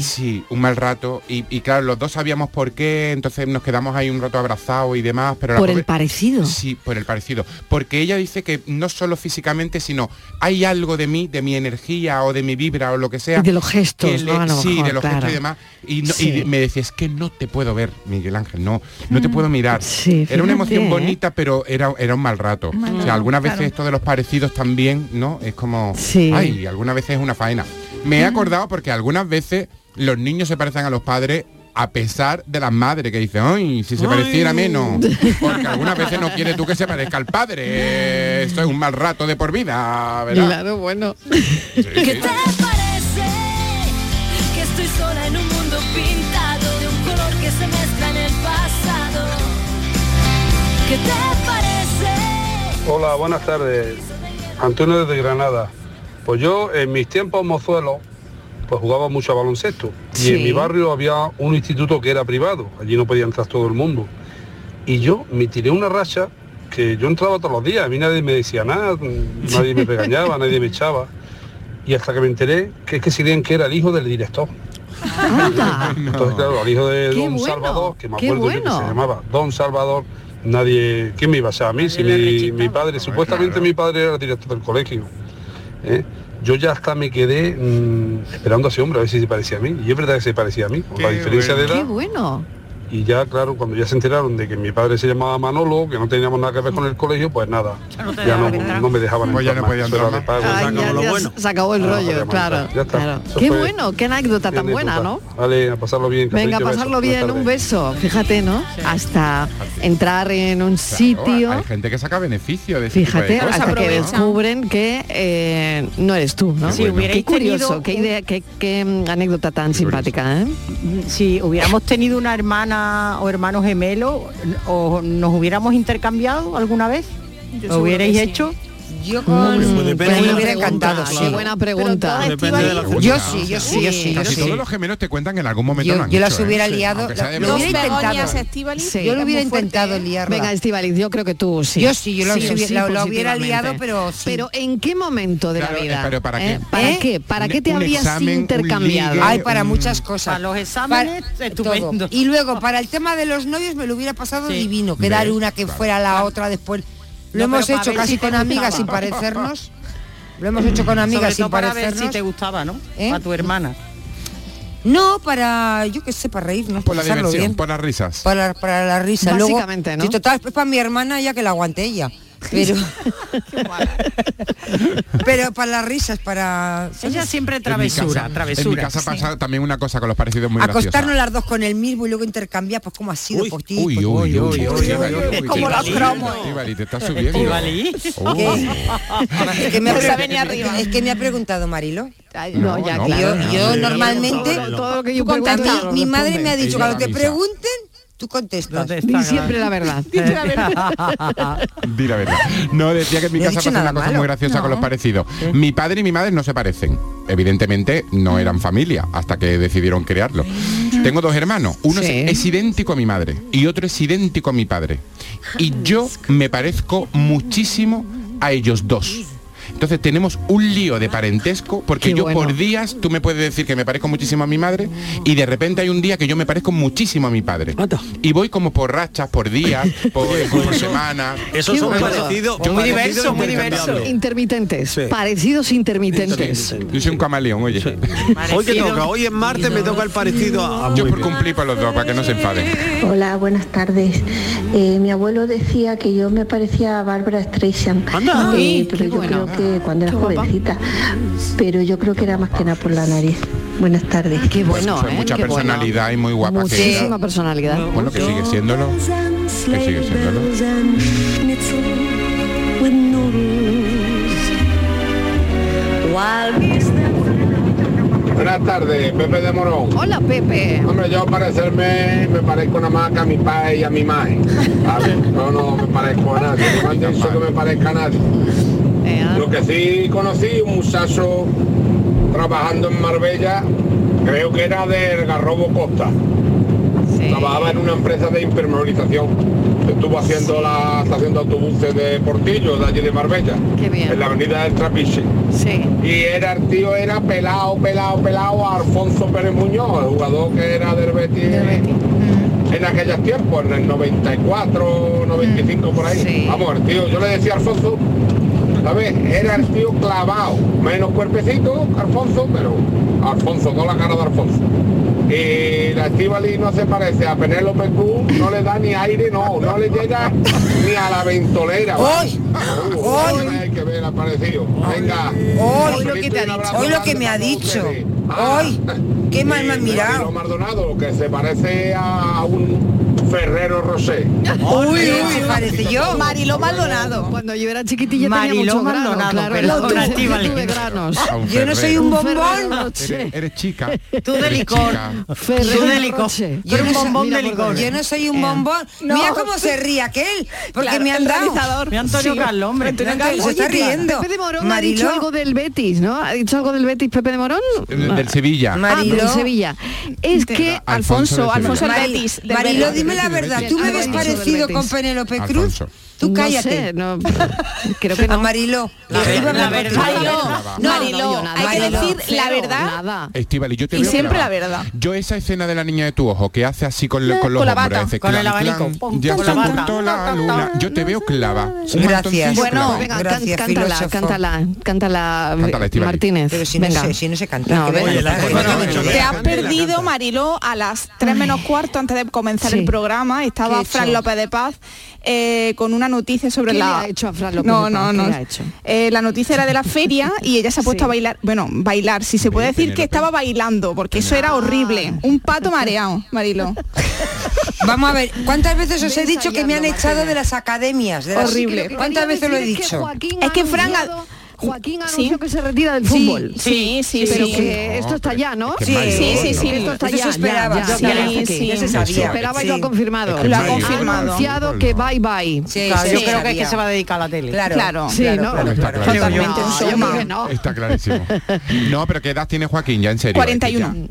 [SPEAKER 7] Sí, un mal rato. Y, y claro, los dos sabíamos por qué, entonces nos quedamos ahí un rato abrazados y demás, pero la
[SPEAKER 5] Por el
[SPEAKER 7] pobre-
[SPEAKER 5] parecido.
[SPEAKER 7] Sí, por el parecido. Porque ella dice que no solo físicamente, sino hay algo de mí, de mi energía o de mi vibra o lo que sea.
[SPEAKER 5] Y de los gestos,
[SPEAKER 7] que le-
[SPEAKER 5] ¿no? A lo
[SPEAKER 7] sí,
[SPEAKER 5] mejor,
[SPEAKER 7] de los
[SPEAKER 5] claro.
[SPEAKER 7] gestos y demás. Y, no- y
[SPEAKER 5] Sí.
[SPEAKER 7] de- me decía, es que no te puedo ver, Miguel Ángel, no, no te puedo mirar. era
[SPEAKER 5] Mm, fíjate,
[SPEAKER 7] una emoción
[SPEAKER 5] ¿eh?
[SPEAKER 7] bonita, pero era, era un mal rato.
[SPEAKER 5] Mal
[SPEAKER 7] o
[SPEAKER 5] rato,
[SPEAKER 7] sea, algunas
[SPEAKER 5] claro.
[SPEAKER 7] veces esto de los parecidos también, ¿no? Es como,
[SPEAKER 5] Sí.
[SPEAKER 7] ay, algunas veces es una faena. Me he acordado porque algunas veces los niños se parecen a los padres a pesar de las madres que dicen, ay, si se pareciera menos. Porque algunas veces no quieres tú que se parezca al padre. Eh, Esto es un mal rato de por vida, ¿verdad?
[SPEAKER 5] Claro, bueno.
[SPEAKER 20] ¿Qué te parece? Que estoy sola en un mundo pintado de un color que se mezcla en el pasado. ¿Qué te parece?
[SPEAKER 32] Hola, buenas tardes. Antonio desde Granada. Pues yo en mis tiempos mozuelos pues jugaba mucho a baloncesto y en mi barrio había un instituto que era privado, allí no podía entrar todo el mundo. Y yo me tiré una racha que yo entraba todos los días, a mí nadie me decía nada, nadie me regañaba, nadie me echaba. Y hasta que me enteré que es que se creían que era el hijo del director. Entonces, claro, al hijo de
[SPEAKER 5] Ah. Qué
[SPEAKER 32] Don
[SPEAKER 5] bueno,
[SPEAKER 32] Salvador, que me
[SPEAKER 5] qué
[SPEAKER 32] acuerdo yo que
[SPEAKER 5] bueno.
[SPEAKER 32] se llamaba Don Salvador, nadie, ¿quién me iba a ser a mí? Si mi, mi padre,
[SPEAKER 5] Ah,
[SPEAKER 32] supuestamente mi padre era el director del colegio. ¿eh? Yo ya hasta me quedé mm, esperando a ese hombre a ver si se parecía a mí. Y es verdad que se parecía a mí, por la diferencia de
[SPEAKER 5] Qué
[SPEAKER 32] edad.
[SPEAKER 5] bueno.
[SPEAKER 32] Y ya, claro, cuando ya se enteraron de que mi padre se llamaba Manolo, que no teníamos nada que ver con el colegio, pues nada, ya no, no me dejaban
[SPEAKER 7] Pues ya
[SPEAKER 32] entrar
[SPEAKER 7] no podía
[SPEAKER 32] más. Eso era
[SPEAKER 7] entrar
[SPEAKER 32] de pago.
[SPEAKER 5] Ay, ya- ya se acabó el
[SPEAKER 32] Ah,
[SPEAKER 5] rollo,
[SPEAKER 32] podíamos
[SPEAKER 5] claro.
[SPEAKER 32] entrar. Ya está.
[SPEAKER 5] claro.
[SPEAKER 32] Eso
[SPEAKER 5] Qué
[SPEAKER 32] fue
[SPEAKER 5] bueno, qué anécdota tan buena,
[SPEAKER 32] anécdota.
[SPEAKER 5] ¿no?
[SPEAKER 32] Vale, a pasarlo bien.
[SPEAKER 5] Venga,
[SPEAKER 32] cafelito, besos.
[SPEAKER 5] pasarlo
[SPEAKER 32] Buenas
[SPEAKER 5] bien,
[SPEAKER 32] tardes.
[SPEAKER 5] un beso. Fíjate, ¿no? Hasta entrar en un
[SPEAKER 7] Claro,
[SPEAKER 5] sitio.
[SPEAKER 7] hay gente que saca beneficio de este tipo de
[SPEAKER 5] Fíjate,
[SPEAKER 7] cosas,
[SPEAKER 5] hasta que
[SPEAKER 7] ¿no?
[SPEAKER 5] descubren que eh, no eres tú, ¿no?
[SPEAKER 7] Si Qué bueno.
[SPEAKER 5] qué
[SPEAKER 7] hubierais
[SPEAKER 5] curioso,
[SPEAKER 10] tenido
[SPEAKER 5] qué, idea, qué, qué, mm, anécdota tan simpática, ¿eh?
[SPEAKER 10] Si hubiéramos tenido una hermana o hermano gemelo, o nos hubiéramos intercambiado alguna vez, ¿lo
[SPEAKER 8] seguro
[SPEAKER 10] hubierais
[SPEAKER 8] que sí.
[SPEAKER 10] hecho?
[SPEAKER 8] Yo con...
[SPEAKER 7] pues depende
[SPEAKER 8] me
[SPEAKER 7] de la
[SPEAKER 8] hubiera
[SPEAKER 7] pregunta,
[SPEAKER 8] encantado,
[SPEAKER 7] claro.
[SPEAKER 8] sí.
[SPEAKER 7] Qué buena pregunta.
[SPEAKER 8] Pero todas
[SPEAKER 7] Depende de la
[SPEAKER 8] iban- Yo sí, yo sí, yo sí. yo
[SPEAKER 7] Casi
[SPEAKER 8] sí.
[SPEAKER 7] todos los gemelos te cuentan que en algún momento
[SPEAKER 8] Yo-
[SPEAKER 7] lo han
[SPEAKER 8] yo
[SPEAKER 7] hecho,
[SPEAKER 8] las hubiera
[SPEAKER 7] ¿eh?
[SPEAKER 8] liado,
[SPEAKER 7] Aunque sea de
[SPEAKER 8] lo- lo
[SPEAKER 7] broma.
[SPEAKER 8] hubiera Begonias, intentado.
[SPEAKER 5] Sí.
[SPEAKER 8] Yo lo hubiera intentado liarla.
[SPEAKER 5] Venga, Estivaliz, yo creo que tú sí.
[SPEAKER 8] Yo sí, yo lo hubiera- la- la hubiera
[SPEAKER 5] positivamente.
[SPEAKER 8] liado, pero sí.
[SPEAKER 5] Pero ¿en qué momento de la
[SPEAKER 8] Claro, eh,
[SPEAKER 5] vida?
[SPEAKER 8] pero ¿para
[SPEAKER 5] ¿Eh?
[SPEAKER 8] qué?
[SPEAKER 5] ¿Para
[SPEAKER 8] ¿Eh?
[SPEAKER 5] qué? ¿Para
[SPEAKER 8] Un-
[SPEAKER 5] qué te
[SPEAKER 8] un
[SPEAKER 5] habías
[SPEAKER 8] examen, un
[SPEAKER 5] intercambiado?
[SPEAKER 8] ligue, Ay, para un- muchas cosas.
[SPEAKER 10] A los exámenes,
[SPEAKER 8] Para-
[SPEAKER 10] estupendo.
[SPEAKER 8] todo. Y luego, para el tema de los novios, me lo hubiera pasado divino, quedar
[SPEAKER 10] ¿Ves?
[SPEAKER 8] una que
[SPEAKER 10] Claro.
[SPEAKER 8] fuera la otra después. Lo
[SPEAKER 10] No,
[SPEAKER 8] hemos
[SPEAKER 10] pero para
[SPEAKER 8] hecho
[SPEAKER 10] ver
[SPEAKER 8] casi
[SPEAKER 10] si te
[SPEAKER 8] con amigas sin
[SPEAKER 10] gustaba.
[SPEAKER 8] parecernos. Lo hemos hecho con amigas
[SPEAKER 10] Sobre
[SPEAKER 8] sin
[SPEAKER 10] todo para ver
[SPEAKER 8] parecernos.
[SPEAKER 10] si te gustaba, ¿no? A tu hermana.
[SPEAKER 8] No, para, yo qué sé, para reírnos,
[SPEAKER 7] Por la
[SPEAKER 8] pasarlo
[SPEAKER 7] diversión,
[SPEAKER 8] bien.
[SPEAKER 7] por las risas.
[SPEAKER 8] Para, para la risa.
[SPEAKER 5] Básicamente,
[SPEAKER 8] Luego,
[SPEAKER 5] ¿no?
[SPEAKER 8] Si total, es para mi hermana ya que la aguante ella. Pero, pero para las risas, para...
[SPEAKER 10] Ella siempre
[SPEAKER 7] En mi casa- En mi casa pasa también una cosa con los parecidos muy
[SPEAKER 8] Acostarnos
[SPEAKER 7] graciosos.
[SPEAKER 8] las dos con el mismo y luego intercambiar, pues cómo ha sido, pues ti,
[SPEAKER 7] Uy, uy,
[SPEAKER 8] pues,
[SPEAKER 7] uy, uy, uy,
[SPEAKER 8] uy,
[SPEAKER 7] uy,
[SPEAKER 8] uy, uy, como
[SPEAKER 7] Estivali,
[SPEAKER 8] los cromos.
[SPEAKER 7] Estivali, te estás subiendo.
[SPEAKER 8] Estivali.
[SPEAKER 7] Oh.
[SPEAKER 8] ¿Qué? Es que, me ha
[SPEAKER 5] Pues ha
[SPEAKER 8] pre-
[SPEAKER 5] venido arriba.
[SPEAKER 8] es que me ha preguntado Marilo.
[SPEAKER 5] no, No, ya, no, claro.
[SPEAKER 8] Yo,
[SPEAKER 5] no,
[SPEAKER 8] yo
[SPEAKER 5] no, no,
[SPEAKER 8] normalmente,
[SPEAKER 5] todo, todo lo que yo
[SPEAKER 8] tú contestas.
[SPEAKER 5] pregunto, lo
[SPEAKER 8] mi
[SPEAKER 5] responde.
[SPEAKER 8] madre me ha dicho,
[SPEAKER 5] Ella
[SPEAKER 8] cuando te
[SPEAKER 5] avisa.
[SPEAKER 8] pregunten, tú contestas.
[SPEAKER 5] Di siempre la verdad. ¿eh? Dice la verdad.
[SPEAKER 7] Di la verdad. No, decía que en mi
[SPEAKER 8] No he
[SPEAKER 7] casa pasa
[SPEAKER 8] dicho
[SPEAKER 7] una
[SPEAKER 8] nada
[SPEAKER 7] cosa
[SPEAKER 8] malo.
[SPEAKER 7] muy graciosa
[SPEAKER 8] No.
[SPEAKER 7] con los parecidos. Mi padre y mi madre no se parecen. Evidentemente no eran familia hasta que decidieron crearlo. Tengo dos hermanos. Uno es-
[SPEAKER 23] Sí.
[SPEAKER 7] es idéntico a mi madre y otro es idéntico a mi padre. Y yo me parezco muchísimo a ellos dos. Entonces tenemos un lío de parentesco porque
[SPEAKER 23] Qué
[SPEAKER 7] yo
[SPEAKER 23] bueno.
[SPEAKER 7] por días tú me puedes decir que me parezco muchísimo a mi madre y de repente hay un día que yo me parezco muchísimo a mi padre. Y voy como por rachas, por días, por, por semanas.
[SPEAKER 6] Eso son parecidos-
[SPEAKER 7] muy
[SPEAKER 6] diversos, muy
[SPEAKER 7] diversos.
[SPEAKER 5] Intermitentes. Parecidos intermitentes.
[SPEAKER 7] Yo soy un camaleón, oye.
[SPEAKER 6] Hoy que toca, hoy es martes me toca el parecido a...
[SPEAKER 7] Yo por cumplir para los dos, para que no se enfaden.
[SPEAKER 12] Hola, buenas tardes. Eh, mi abuelo decía que yo me parecía a Bárbara Streisand,
[SPEAKER 5] Anda.
[SPEAKER 12] Eh,
[SPEAKER 5] Ay,
[SPEAKER 12] pero
[SPEAKER 5] qué
[SPEAKER 12] yo
[SPEAKER 5] bueno.
[SPEAKER 12] creo que cuando era
[SPEAKER 5] Qué guapa.
[SPEAKER 12] jovencita, pero yo creo que era más que nada por la nariz. Buenas tardes.
[SPEAKER 5] Qué bueno,
[SPEAKER 7] Fue
[SPEAKER 5] ¿eh?
[SPEAKER 7] mucha
[SPEAKER 5] Qué bueno.
[SPEAKER 7] personalidad y muy guapa que
[SPEAKER 5] Muchísima
[SPEAKER 7] era.
[SPEAKER 5] personalidad.
[SPEAKER 7] Bueno, que sigue siéndolo. Que sigue siéndolo.
[SPEAKER 19] Buenas tardes, Pepe de Morón.
[SPEAKER 5] Hola, Pepe.
[SPEAKER 19] Hombre, yo parecerme, me parezco nada más que a mi padre y a mi madre. ¿sabes? No, no me parezco a nadie. No me han dicho que me parezca a nadie.
[SPEAKER 9] Eh, ah.
[SPEAKER 19] Lo que sí conocí, un muchacho trabajando en Marbella, creo que era del Garrobo Costa. Trabajaba en una empresa de impermeabilización. Estuvo haciendo la estación de autobuses de Portillo, de allí de Marbella. En la avenida del Trapiche. Y era el tío era pelado, pelado, pelado a Alfonso Pérez Muñoz, el jugador que era del Betis. En aquellos tiempos, en el 94,
[SPEAKER 8] Mm,
[SPEAKER 19] 95 por ahí. Vamos, el tío, yo le decía a Alfonso, ¿sabes? Era el tío clavado, menos cuerpecito, Alfonso, pero Alfonso, no la cara de Alfonso. Y la Estivali no se parece a Penélope Cruz, no le da ni aire, no, no le llega ni a la ventolera.
[SPEAKER 8] ¡Hoy!
[SPEAKER 19] ¡Hoy! Hay que ver, ha parecido. Venga.
[SPEAKER 8] Hoy lo que te ha dicho. Hoy lo que me ha dicho. Hoy.
[SPEAKER 19] Ah.
[SPEAKER 8] Qué mal me ha mirado.
[SPEAKER 19] Danilo Maldonado, que se parece a un Ferrero Rosé.
[SPEAKER 8] se parece yo.
[SPEAKER 5] Mariló Maldonado. Cuando yo era chiquitilla
[SPEAKER 10] Mariló
[SPEAKER 5] tenía mucho grano,
[SPEAKER 10] Maldonado,
[SPEAKER 5] claro.
[SPEAKER 10] pero
[SPEAKER 5] Yo
[SPEAKER 10] ahora
[SPEAKER 5] tuve-
[SPEAKER 10] Estíbaliz.
[SPEAKER 5] yo tuve granos.
[SPEAKER 7] A un
[SPEAKER 8] Yo no soy un
[SPEAKER 7] Ferrero.
[SPEAKER 8] bombón.
[SPEAKER 7] Eres, eres chica.
[SPEAKER 8] Tú de
[SPEAKER 7] Eres
[SPEAKER 8] licor.
[SPEAKER 7] chica.
[SPEAKER 8] Ferrero
[SPEAKER 10] Tú de licor.
[SPEAKER 8] Rocher.
[SPEAKER 10] Tú eres un
[SPEAKER 8] soy-
[SPEAKER 10] bombón
[SPEAKER 8] mira
[SPEAKER 10] de
[SPEAKER 8] por
[SPEAKER 10] licor.
[SPEAKER 8] dónde. Yo no soy un
[SPEAKER 10] Eh.
[SPEAKER 8] bombón.
[SPEAKER 10] No.
[SPEAKER 8] Mira cómo se ríe aquel. Porque
[SPEAKER 10] Claro,
[SPEAKER 8] me han
[SPEAKER 10] el
[SPEAKER 8] dado.
[SPEAKER 10] realizador. Mi Antonio Carlos, hombre.
[SPEAKER 8] Antonio
[SPEAKER 10] Antonio
[SPEAKER 8] Carlos se
[SPEAKER 10] Carlos.
[SPEAKER 8] está
[SPEAKER 10] Oye,
[SPEAKER 8] riendo.
[SPEAKER 5] Pepe de Morón ha dicho
[SPEAKER 8] Mariló.
[SPEAKER 5] algo del Betis, ¿no? ¿Ha dicho algo del Betis Pepe de Morón?
[SPEAKER 7] Del- del Sevilla.
[SPEAKER 5] Mariló.
[SPEAKER 7] Mariló.
[SPEAKER 5] Ah, pues Sevilla. Es que Alfonso, Alfonso
[SPEAKER 8] Mari-
[SPEAKER 5] del Betis. del
[SPEAKER 8] Mariló,
[SPEAKER 5] Betis.
[SPEAKER 8] dime la verdad. ¿Tú me
[SPEAKER 5] Algo
[SPEAKER 8] ves
[SPEAKER 5] ha dicho del
[SPEAKER 8] parecido
[SPEAKER 5] Betis.
[SPEAKER 8] con Penélope Cruz? Tú
[SPEAKER 5] No
[SPEAKER 8] cállate.
[SPEAKER 5] sé, creo que
[SPEAKER 8] no. A Mariló.
[SPEAKER 5] La verdad.
[SPEAKER 7] Mariló.
[SPEAKER 5] No,
[SPEAKER 9] Mariló,
[SPEAKER 5] no, yo nada,
[SPEAKER 9] hay que
[SPEAKER 5] Mariló,
[SPEAKER 9] decir la
[SPEAKER 5] cero,
[SPEAKER 9] verdad.
[SPEAKER 5] nada.
[SPEAKER 7] Estivali, yo te
[SPEAKER 9] Y
[SPEAKER 7] veo
[SPEAKER 9] siempre
[SPEAKER 7] clavada.
[SPEAKER 9] la verdad.
[SPEAKER 7] Yo esa escena de la niña de tu ojo que hace así con, lo-
[SPEAKER 9] Eh,
[SPEAKER 7] con los
[SPEAKER 9] con la
[SPEAKER 7] hombres,
[SPEAKER 9] bata,
[SPEAKER 7] hace
[SPEAKER 9] con el
[SPEAKER 7] clan,
[SPEAKER 9] abanico,
[SPEAKER 7] clan,
[SPEAKER 9] pum,
[SPEAKER 7] ya
[SPEAKER 9] con
[SPEAKER 7] se
[SPEAKER 9] la bata.
[SPEAKER 7] ocultó la luna. Yo te veo clava. Un
[SPEAKER 8] Gracias.
[SPEAKER 7] mantoncillo
[SPEAKER 8] Bueno,
[SPEAKER 7] clavado.
[SPEAKER 8] venga,
[SPEAKER 5] Can-
[SPEAKER 8] Gracias,
[SPEAKER 5] cántala,
[SPEAKER 8] filósofo.
[SPEAKER 5] cántala, cántala,
[SPEAKER 7] Cántala, Estíbaliz.
[SPEAKER 5] Martínez.
[SPEAKER 8] Pero si no
[SPEAKER 5] venga.
[SPEAKER 8] sé, si no sé cantar, que venga a cantar.
[SPEAKER 9] Te has perdido, Mariló, a las 3 menos cuarto antes de comenzar el programa.
[SPEAKER 5] ¿Qué
[SPEAKER 9] Estaba
[SPEAKER 5] he hecho?
[SPEAKER 9] Fran López de Paz eh, con una noticia sobre
[SPEAKER 5] ¿Qué
[SPEAKER 9] la...
[SPEAKER 5] le ha hecho a Fran López
[SPEAKER 9] no,
[SPEAKER 5] de Paz?
[SPEAKER 9] No,
[SPEAKER 5] ¿Qué
[SPEAKER 9] no,
[SPEAKER 5] le ha hecho?
[SPEAKER 9] Eh, la noticia era de la feria y ella se ha puesto a bailar. Bueno, bailar, si se puede decir que estaba bailando, porque eso
[SPEAKER 5] Ah.
[SPEAKER 9] era horrible. Un pato mareado, Mariló.
[SPEAKER 8] Vamos a ver, ¿cuántas veces os he dicho que me han echado de las academias? De las-
[SPEAKER 9] Horrible.
[SPEAKER 8] ¿Cuántas veces lo he
[SPEAKER 9] Es que
[SPEAKER 8] dicho?
[SPEAKER 9] Joaquín Es que ha Fran ha- anunciado-
[SPEAKER 5] Joaquín
[SPEAKER 9] Sí.
[SPEAKER 5] anunció que se retira del
[SPEAKER 9] Sí,
[SPEAKER 5] fútbol.
[SPEAKER 9] sí, sí,
[SPEAKER 5] Pero
[SPEAKER 9] sí.
[SPEAKER 5] que esto está ya, ¿no?
[SPEAKER 9] es que Sí, mal, sí, ¿no? sí, sí.
[SPEAKER 5] Esto está
[SPEAKER 9] Eso
[SPEAKER 5] ya.
[SPEAKER 9] se esperaba.
[SPEAKER 5] Ya, ya,
[SPEAKER 9] Sí,
[SPEAKER 5] ya, ya,
[SPEAKER 9] sí,
[SPEAKER 5] que-
[SPEAKER 9] ya se
[SPEAKER 5] Se
[SPEAKER 9] sabía.
[SPEAKER 5] esperaba y
[SPEAKER 9] Sí.
[SPEAKER 5] lo ha confirmado.
[SPEAKER 9] Es que Lo ha mal, ¿no?
[SPEAKER 5] Ha
[SPEAKER 9] confirmado.
[SPEAKER 5] anunciado que bye bye.
[SPEAKER 10] Claro, yo creo que es que se va a dedicar a la tele.
[SPEAKER 5] Claro, Claro,
[SPEAKER 10] sí,
[SPEAKER 5] claro,
[SPEAKER 10] ¿no?
[SPEAKER 5] claro,
[SPEAKER 7] Está
[SPEAKER 5] claro.
[SPEAKER 7] clarísimo.
[SPEAKER 5] Totalmente, No, yo creo que no.
[SPEAKER 7] Está clarísimo. No, pero ¿qué edad tiene Joaquín ya en serio?
[SPEAKER 9] 41.
[SPEAKER 7] Es que ya-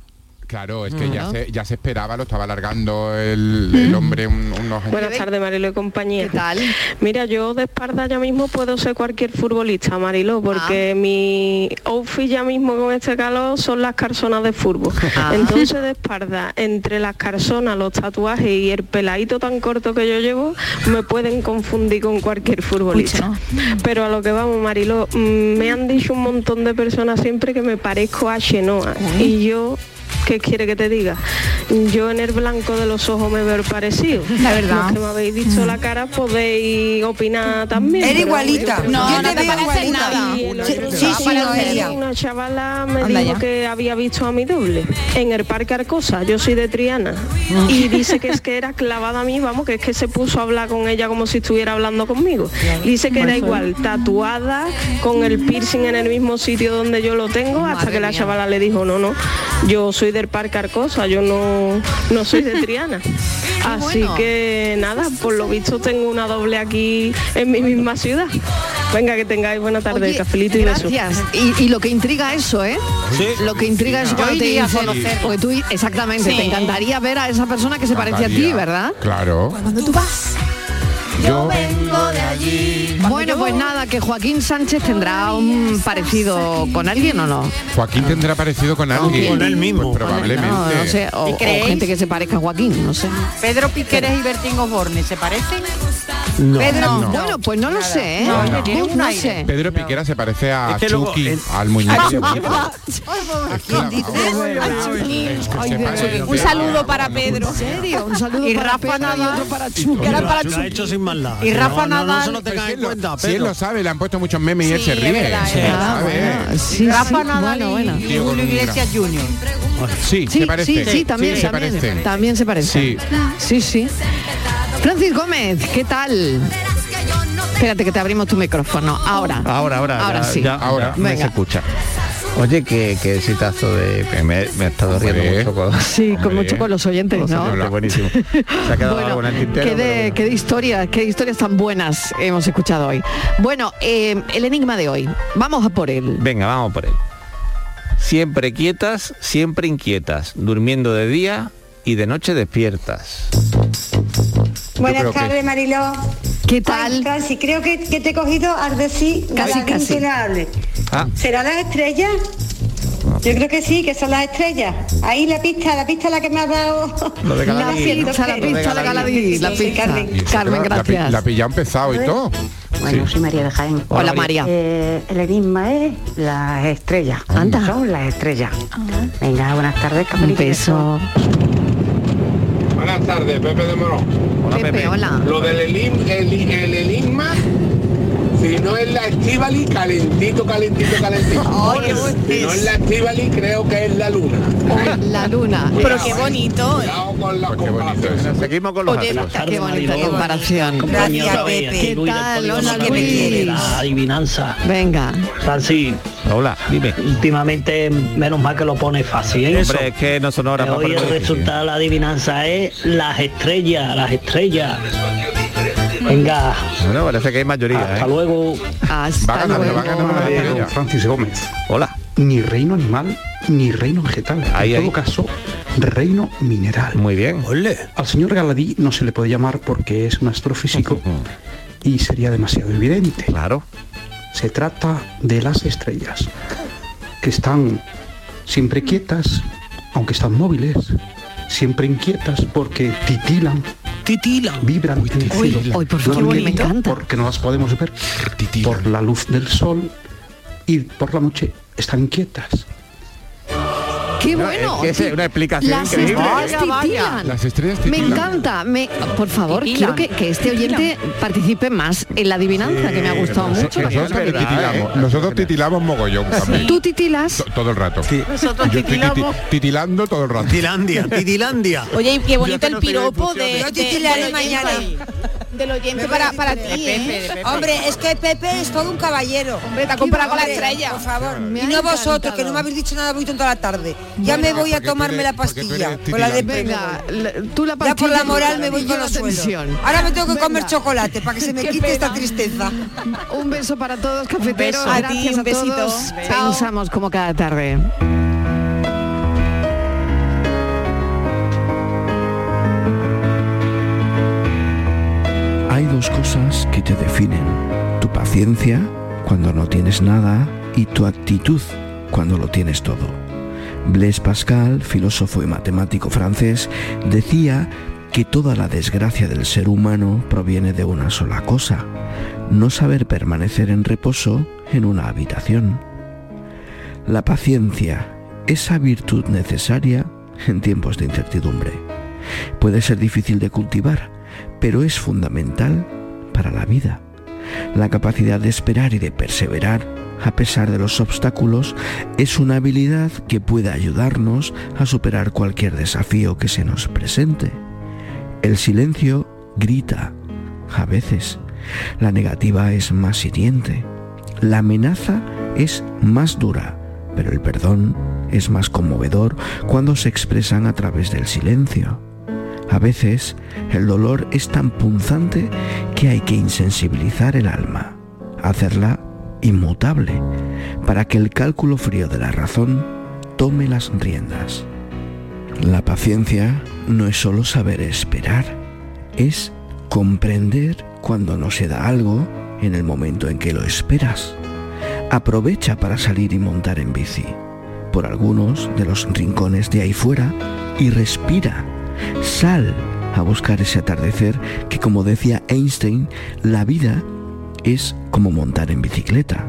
[SPEAKER 7] Claro, es que ya, se, ya se esperaba, lo estaba alargando el, el hombre un- unos años.
[SPEAKER 33] Buenas tardes, Marilo y compañía. ¿Qué tal? Mira, yo de espalda ya mismo puedo ser cualquier futbolista, Marilo, porque mi outfit ya mismo con este calor son las calzonas de fútbol.
[SPEAKER 19] Ah.
[SPEAKER 33] Entonces, de espalda, entre las calzonas, los tatuajes y el peladito tan corto que yo llevo, me pueden confundir con cualquier futbolista. Pero a lo que vamos, Marilo, mm, me han dicho un montón de personas siempre que me parezco a Xenoa. Y yo ¿qué quiere que te diga? Yo en el blanco de los ojos me veo parecido.
[SPEAKER 9] La verdad.
[SPEAKER 33] Los que me habéis dicho
[SPEAKER 8] Mm.
[SPEAKER 33] la cara podéis opinar también.
[SPEAKER 8] Eres
[SPEAKER 33] pero
[SPEAKER 8] igualita.
[SPEAKER 33] yo-
[SPEAKER 8] No, Yo no te te veo
[SPEAKER 9] pareces igualita. nada.
[SPEAKER 33] Y el
[SPEAKER 8] Sí,
[SPEAKER 33] otro
[SPEAKER 8] sí,
[SPEAKER 33] día
[SPEAKER 8] sí, no, Elia.
[SPEAKER 33] Una chavala me
[SPEAKER 8] Anda
[SPEAKER 33] dijo
[SPEAKER 8] ya.
[SPEAKER 33] que había visto a mi doble en el Parque Arcosa. Yo soy de Triana.
[SPEAKER 8] Mm.
[SPEAKER 33] Y dice que es que era clavada a mí, vamos, que es que se puso a hablar con ella como si estuviera hablando conmigo. Dice
[SPEAKER 5] Pues
[SPEAKER 33] que era igual, tatuada, con el piercing en el mismo sitio donde yo lo tengo, hasta que la chavala le dijo, no, no, yo soy del Parque Arcosa, yo no, no soy de Triana. Así
[SPEAKER 5] bueno.
[SPEAKER 33] que nada, por lo visto tengo una doble aquí en mi misma ciudad. Venga, que tengáis buena tarde,
[SPEAKER 5] Oye,
[SPEAKER 33] cafelito y besos.
[SPEAKER 5] Gracias. Y, y lo que intriga eso, ¿eh?
[SPEAKER 33] Sí.
[SPEAKER 5] Lo que intriga es
[SPEAKER 33] Yo
[SPEAKER 5] cuando te
[SPEAKER 33] iría a
[SPEAKER 5] dicen,
[SPEAKER 33] conocer.
[SPEAKER 5] porque tú i- exactamente,
[SPEAKER 33] Sí.
[SPEAKER 5] te encantaría ver a esa persona que se parece a ti,
[SPEAKER 7] Encantaría.
[SPEAKER 5] ¿verdad?
[SPEAKER 7] Claro.
[SPEAKER 5] Cuando tú vas.
[SPEAKER 7] Yo vengo de allí.
[SPEAKER 5] Bueno, pues nada, que Joaquín Sánchez tendrá un parecido con alguien o no.
[SPEAKER 7] Joaquín tendrá parecido con alguien.
[SPEAKER 6] con él mismo.
[SPEAKER 7] Pues probablemente.
[SPEAKER 5] No, no sé, o,
[SPEAKER 10] ¿Y
[SPEAKER 5] o
[SPEAKER 10] creéis?
[SPEAKER 5] gente que se parezca a Joaquín, no sé.
[SPEAKER 10] Pedro Piqueres y Bertín Osborne, ¿se parecen?
[SPEAKER 5] Pedro,
[SPEAKER 7] No.
[SPEAKER 5] bueno, pues no lo sé, ¿eh?
[SPEAKER 10] No,
[SPEAKER 5] no,
[SPEAKER 10] tiene un aire.
[SPEAKER 5] sé.
[SPEAKER 7] Pedro Piquera se parece a
[SPEAKER 6] Es que luego
[SPEAKER 7] Chucky,
[SPEAKER 6] el-
[SPEAKER 7] al muñeco. de Muñeco.
[SPEAKER 5] Ay, Dios.
[SPEAKER 9] Un saludo para Pedro.
[SPEAKER 5] ¿En serio? Un saludo
[SPEAKER 10] Y
[SPEAKER 5] para
[SPEAKER 10] Rafa
[SPEAKER 5] Pedro y
[SPEAKER 10] Nadal.
[SPEAKER 5] otro para Chucky.
[SPEAKER 10] Era para
[SPEAKER 6] Lo ha hecho sin maldad.
[SPEAKER 10] Y
[SPEAKER 6] No,
[SPEAKER 10] Rafa
[SPEAKER 6] no, no,
[SPEAKER 10] Nadal-
[SPEAKER 6] se lo tengas
[SPEAKER 7] Si
[SPEAKER 6] en
[SPEAKER 7] él lo-
[SPEAKER 6] cuenta,
[SPEAKER 7] si él
[SPEAKER 6] Pedro.
[SPEAKER 7] lo sabe, le han puesto muchos memes y él se ríe. Sí, lo
[SPEAKER 5] Ah,
[SPEAKER 7] sabe.
[SPEAKER 5] bueno, sí, sí,
[SPEAKER 10] Rafa Nadal
[SPEAKER 5] bueno,
[SPEAKER 10] y-
[SPEAKER 5] bueno.
[SPEAKER 10] y Julio Iglesias Junior.
[SPEAKER 7] Sí,
[SPEAKER 5] Sí,
[SPEAKER 7] se parece.
[SPEAKER 5] sí, sí, también,
[SPEAKER 7] se
[SPEAKER 5] también,
[SPEAKER 7] parece.
[SPEAKER 5] también se parece.
[SPEAKER 7] Sí.
[SPEAKER 5] sí, sí. Francis Gómez, ¿qué tal? Espérate que te abrimos tu micrófono. Ahora.
[SPEAKER 17] Ahora, ahora,
[SPEAKER 5] Ahora
[SPEAKER 17] ya-
[SPEAKER 5] sí.
[SPEAKER 17] ya- ya me se
[SPEAKER 5] Venga.
[SPEAKER 17] escucha. Oye, qué, qué exitazo de... que Me, me he estado riendo mucho con...
[SPEAKER 5] Sí, con mucho con los oyentes, ¿no?
[SPEAKER 17] Qué buenísimo. Se ha quedado algo en el tintero.
[SPEAKER 5] Qué
[SPEAKER 17] pero
[SPEAKER 5] de, qué de historias, qué historias tan buenas hemos escuchado hoy. Bueno, eh, el enigma de hoy. Vamos a por él.
[SPEAKER 17] Venga, vamos por él. Siempre quietas, siempre inquietas, durmiendo de día y de noche despiertas. Yo creo
[SPEAKER 30] Buenas
[SPEAKER 17] que-
[SPEAKER 30] tardes, Mariló.
[SPEAKER 5] ¿Qué tal?
[SPEAKER 30] casi, creo que, que te he cogido al decir
[SPEAKER 5] Casi,
[SPEAKER 30] galardín
[SPEAKER 5] casi.
[SPEAKER 30] inquebrable.
[SPEAKER 17] Ah.
[SPEAKER 30] ¿Será las estrellas? Yo creo que sí, que son las estrellas. Ahí la pista, la pista la que me has dado.
[SPEAKER 17] Lo de
[SPEAKER 5] La
[SPEAKER 30] Galadín.
[SPEAKER 5] pizza, la
[SPEAKER 30] Lo de
[SPEAKER 5] pizza, la
[SPEAKER 30] Galadín.
[SPEAKER 5] Galadí, la
[SPEAKER 30] Sí, sí,
[SPEAKER 5] pizza.
[SPEAKER 30] Carmen.
[SPEAKER 7] Y eso que
[SPEAKER 5] Carmen,
[SPEAKER 7] la- la pi-
[SPEAKER 5] gracias.
[SPEAKER 7] La pilla ha empezado y todo.
[SPEAKER 14] Bueno, soy María de Jaén.
[SPEAKER 5] Hola, María.
[SPEAKER 14] Eh, el enigma es las estrellas.
[SPEAKER 5] Anda.
[SPEAKER 14] Son las estrellas.
[SPEAKER 8] Ah.
[SPEAKER 14] Venga, buenas tardes,
[SPEAKER 5] Mm. Un
[SPEAKER 14] cafelito y
[SPEAKER 5] beso.
[SPEAKER 19] Buenas tardes, Pepe de Morón.
[SPEAKER 5] Hola, Pepe, Pepe. hola.
[SPEAKER 19] Lo del elim- el, el enigma, si no es la Estivali, calentito, calentito, calentito. si no es la Estivali, creo que es la luna. eh,
[SPEAKER 5] La luna.
[SPEAKER 14] Pero qué bonito.
[SPEAKER 19] Cuidado con las comparaciones.
[SPEAKER 17] Seguimos con los
[SPEAKER 5] Oye,
[SPEAKER 17] astros.
[SPEAKER 5] qué bonita comparación. ¿Qué tal, Lola Luis?
[SPEAKER 20] La adivinanza.
[SPEAKER 5] Venga.
[SPEAKER 20] Francis.
[SPEAKER 17] Hola, dime.
[SPEAKER 20] Últimamente, menos mal que lo pone fácil. ¿eh?
[SPEAKER 17] Hombre, es que no son horas
[SPEAKER 20] Eh,
[SPEAKER 17] para
[SPEAKER 20] Hoy el
[SPEAKER 17] perder.
[SPEAKER 20] resultado de la adivinanza es las estrellas, las estrellas. Venga.
[SPEAKER 17] Bueno, parece que hay mayoría. Hasta
[SPEAKER 20] luego.
[SPEAKER 5] Hasta luego.
[SPEAKER 34] Francis Gómez.
[SPEAKER 17] Hola.
[SPEAKER 34] Ni reino animal, ni reino vegetal.
[SPEAKER 17] Ahí,
[SPEAKER 34] en
[SPEAKER 17] ahí.
[SPEAKER 34] todo caso, reino mineral.
[SPEAKER 17] Muy bien.
[SPEAKER 34] Al señor Galadí no se le puede llamar porque es un astrofísico y sería demasiado evidente.
[SPEAKER 17] Claro.
[SPEAKER 34] Se trata de las estrellas, que están siempre quietas, aunque están móviles, siempre inquietas porque titilan. Titilan. Vibran. en el
[SPEAKER 5] Uy,
[SPEAKER 34] cielo.
[SPEAKER 5] uy, por
[SPEAKER 34] No
[SPEAKER 5] favor,
[SPEAKER 34] dormir,
[SPEAKER 5] me encanta.
[SPEAKER 34] Porque no las podemos ver por la luz del sol y por la noche están quietas.
[SPEAKER 5] Qué
[SPEAKER 34] No,
[SPEAKER 5] bueno.
[SPEAKER 34] es que es
[SPEAKER 5] Sí.
[SPEAKER 34] una explicación
[SPEAKER 5] Las
[SPEAKER 34] increíble.
[SPEAKER 5] estrellas
[SPEAKER 34] Vaya, vaya.
[SPEAKER 5] titilan.
[SPEAKER 34] Las estrellas
[SPEAKER 5] Me
[SPEAKER 34] titilan.
[SPEAKER 5] encanta. Me, por favor,
[SPEAKER 34] Titilan.
[SPEAKER 5] quiero que, que este oyente participe más en la adivinanza, que me ha gustado
[SPEAKER 7] Nosotros-
[SPEAKER 5] mucho.
[SPEAKER 7] Nosotros también
[SPEAKER 6] ¿eh?
[SPEAKER 7] titilamos. Nosotros titilamos mogollón también.
[SPEAKER 5] ¿Tú titilas?
[SPEAKER 7] To- Todo el rato.
[SPEAKER 5] Nosotros
[SPEAKER 7] Yo estoy titi-
[SPEAKER 5] titilamos.
[SPEAKER 7] titilando todo el rato.
[SPEAKER 6] Titilandia, titilandia.
[SPEAKER 14] Oye, y qué bonito el piropo
[SPEAKER 8] imposible.
[SPEAKER 14] de,
[SPEAKER 8] Yo
[SPEAKER 14] de-
[SPEAKER 8] titilaré
[SPEAKER 14] del oyente.
[SPEAKER 8] mañana.
[SPEAKER 14] Del oyente para, para ti, ¿eh?
[SPEAKER 8] Hombre, es que Pepe es todo un caballero. Hombre,
[SPEAKER 14] te ha comparado con la estrella.
[SPEAKER 8] Por favor.
[SPEAKER 14] Me
[SPEAKER 8] y
[SPEAKER 14] ha
[SPEAKER 8] no vosotros,
[SPEAKER 14] encantado.
[SPEAKER 8] que no me habéis dicho nada bonito en toda la tarde. Ya
[SPEAKER 5] Bueno,
[SPEAKER 8] me voy a
[SPEAKER 5] porque tú
[SPEAKER 8] tomarme
[SPEAKER 5] eres-
[SPEAKER 8] la
[SPEAKER 5] porque tú
[SPEAKER 8] pastilla.
[SPEAKER 5] eres
[SPEAKER 8] Con la de
[SPEAKER 5] titilandia.
[SPEAKER 8] Pepe.
[SPEAKER 5] Venga, la- tú la
[SPEAKER 8] ya por
[SPEAKER 5] pastilla
[SPEAKER 8] la
[SPEAKER 5] y
[SPEAKER 8] moral
[SPEAKER 5] yo
[SPEAKER 8] me voy
[SPEAKER 5] la
[SPEAKER 8] con los
[SPEAKER 5] tensión.
[SPEAKER 8] suelos. Ahora me tengo que
[SPEAKER 5] Venga.
[SPEAKER 8] comer chocolate para que se me
[SPEAKER 5] Qué
[SPEAKER 8] quite esta
[SPEAKER 5] pena.
[SPEAKER 8] tristeza.
[SPEAKER 5] Un beso para todos, cafeteros.
[SPEAKER 14] beso. A ti,
[SPEAKER 5] Gracias
[SPEAKER 14] un
[SPEAKER 5] a
[SPEAKER 14] besito.
[SPEAKER 5] todos.
[SPEAKER 14] Chao.
[SPEAKER 5] Pensamos como cada tarde.
[SPEAKER 35] Hay dos cosas que te definen. Tu paciencia cuando no tienes nada y tu actitud cuando lo tienes todo. Blaise Pascal, filósofo y matemático francés, decía que toda la desgracia del ser humano proviene de una sola cosa, no saber permanecer en reposo en una habitación. La paciencia, esa virtud necesaria en tiempos de incertidumbre. Puede ser difícil de cultivar, pero es fundamental para la vida. La capacidad de esperar y de perseverar a pesar de los obstáculos es una habilidad que puede ayudarnos a superar cualquier desafío que se nos presente. El silencio grita, a veces. La negativa es más hiriente. La amenaza es más dura, pero el perdón es más conmovedor cuando se expresan a través del silencio. A veces el dolor es tan punzante que hay que insensibilizar el alma, hacerla inmutable, para que el cálculo frío de la razón tome las riendas. La paciencia no es solo saber esperar, es comprender cuando no se da algo en el momento en que lo esperas. Aprovecha para salir y montar en bici por algunos de los rincones de ahí fuera y respira. Sal a buscar ese atardecer que como decía Einstein, la vida es como montar en bicicleta.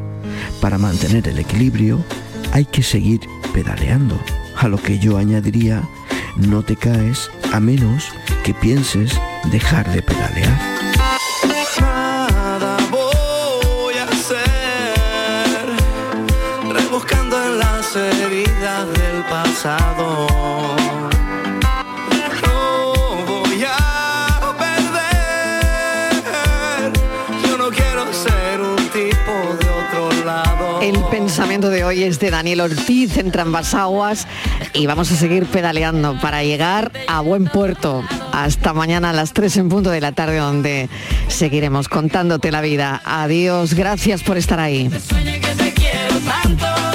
[SPEAKER 35] Para mantener el equilibrio hay que seguir pedaleando, a lo que yo añadiría, no te caes a menos que pienses dejar de pedalear.
[SPEAKER 3] Nada voy a hacer rebuscando en las heridas del pasado. No voy a perder. Yo no quiero ser un tipo de otro lado.
[SPEAKER 5] El pensamiento de hoy es de Daniel Ortiz en Aguas y vamos a seguir pedaleando para llegar a buen puerto. Hasta mañana a las 3 en punto de la tarde donde seguiremos contándote la vida. Adiós, gracias por estar ahí.
[SPEAKER 20] Sueño que te quiero tanto.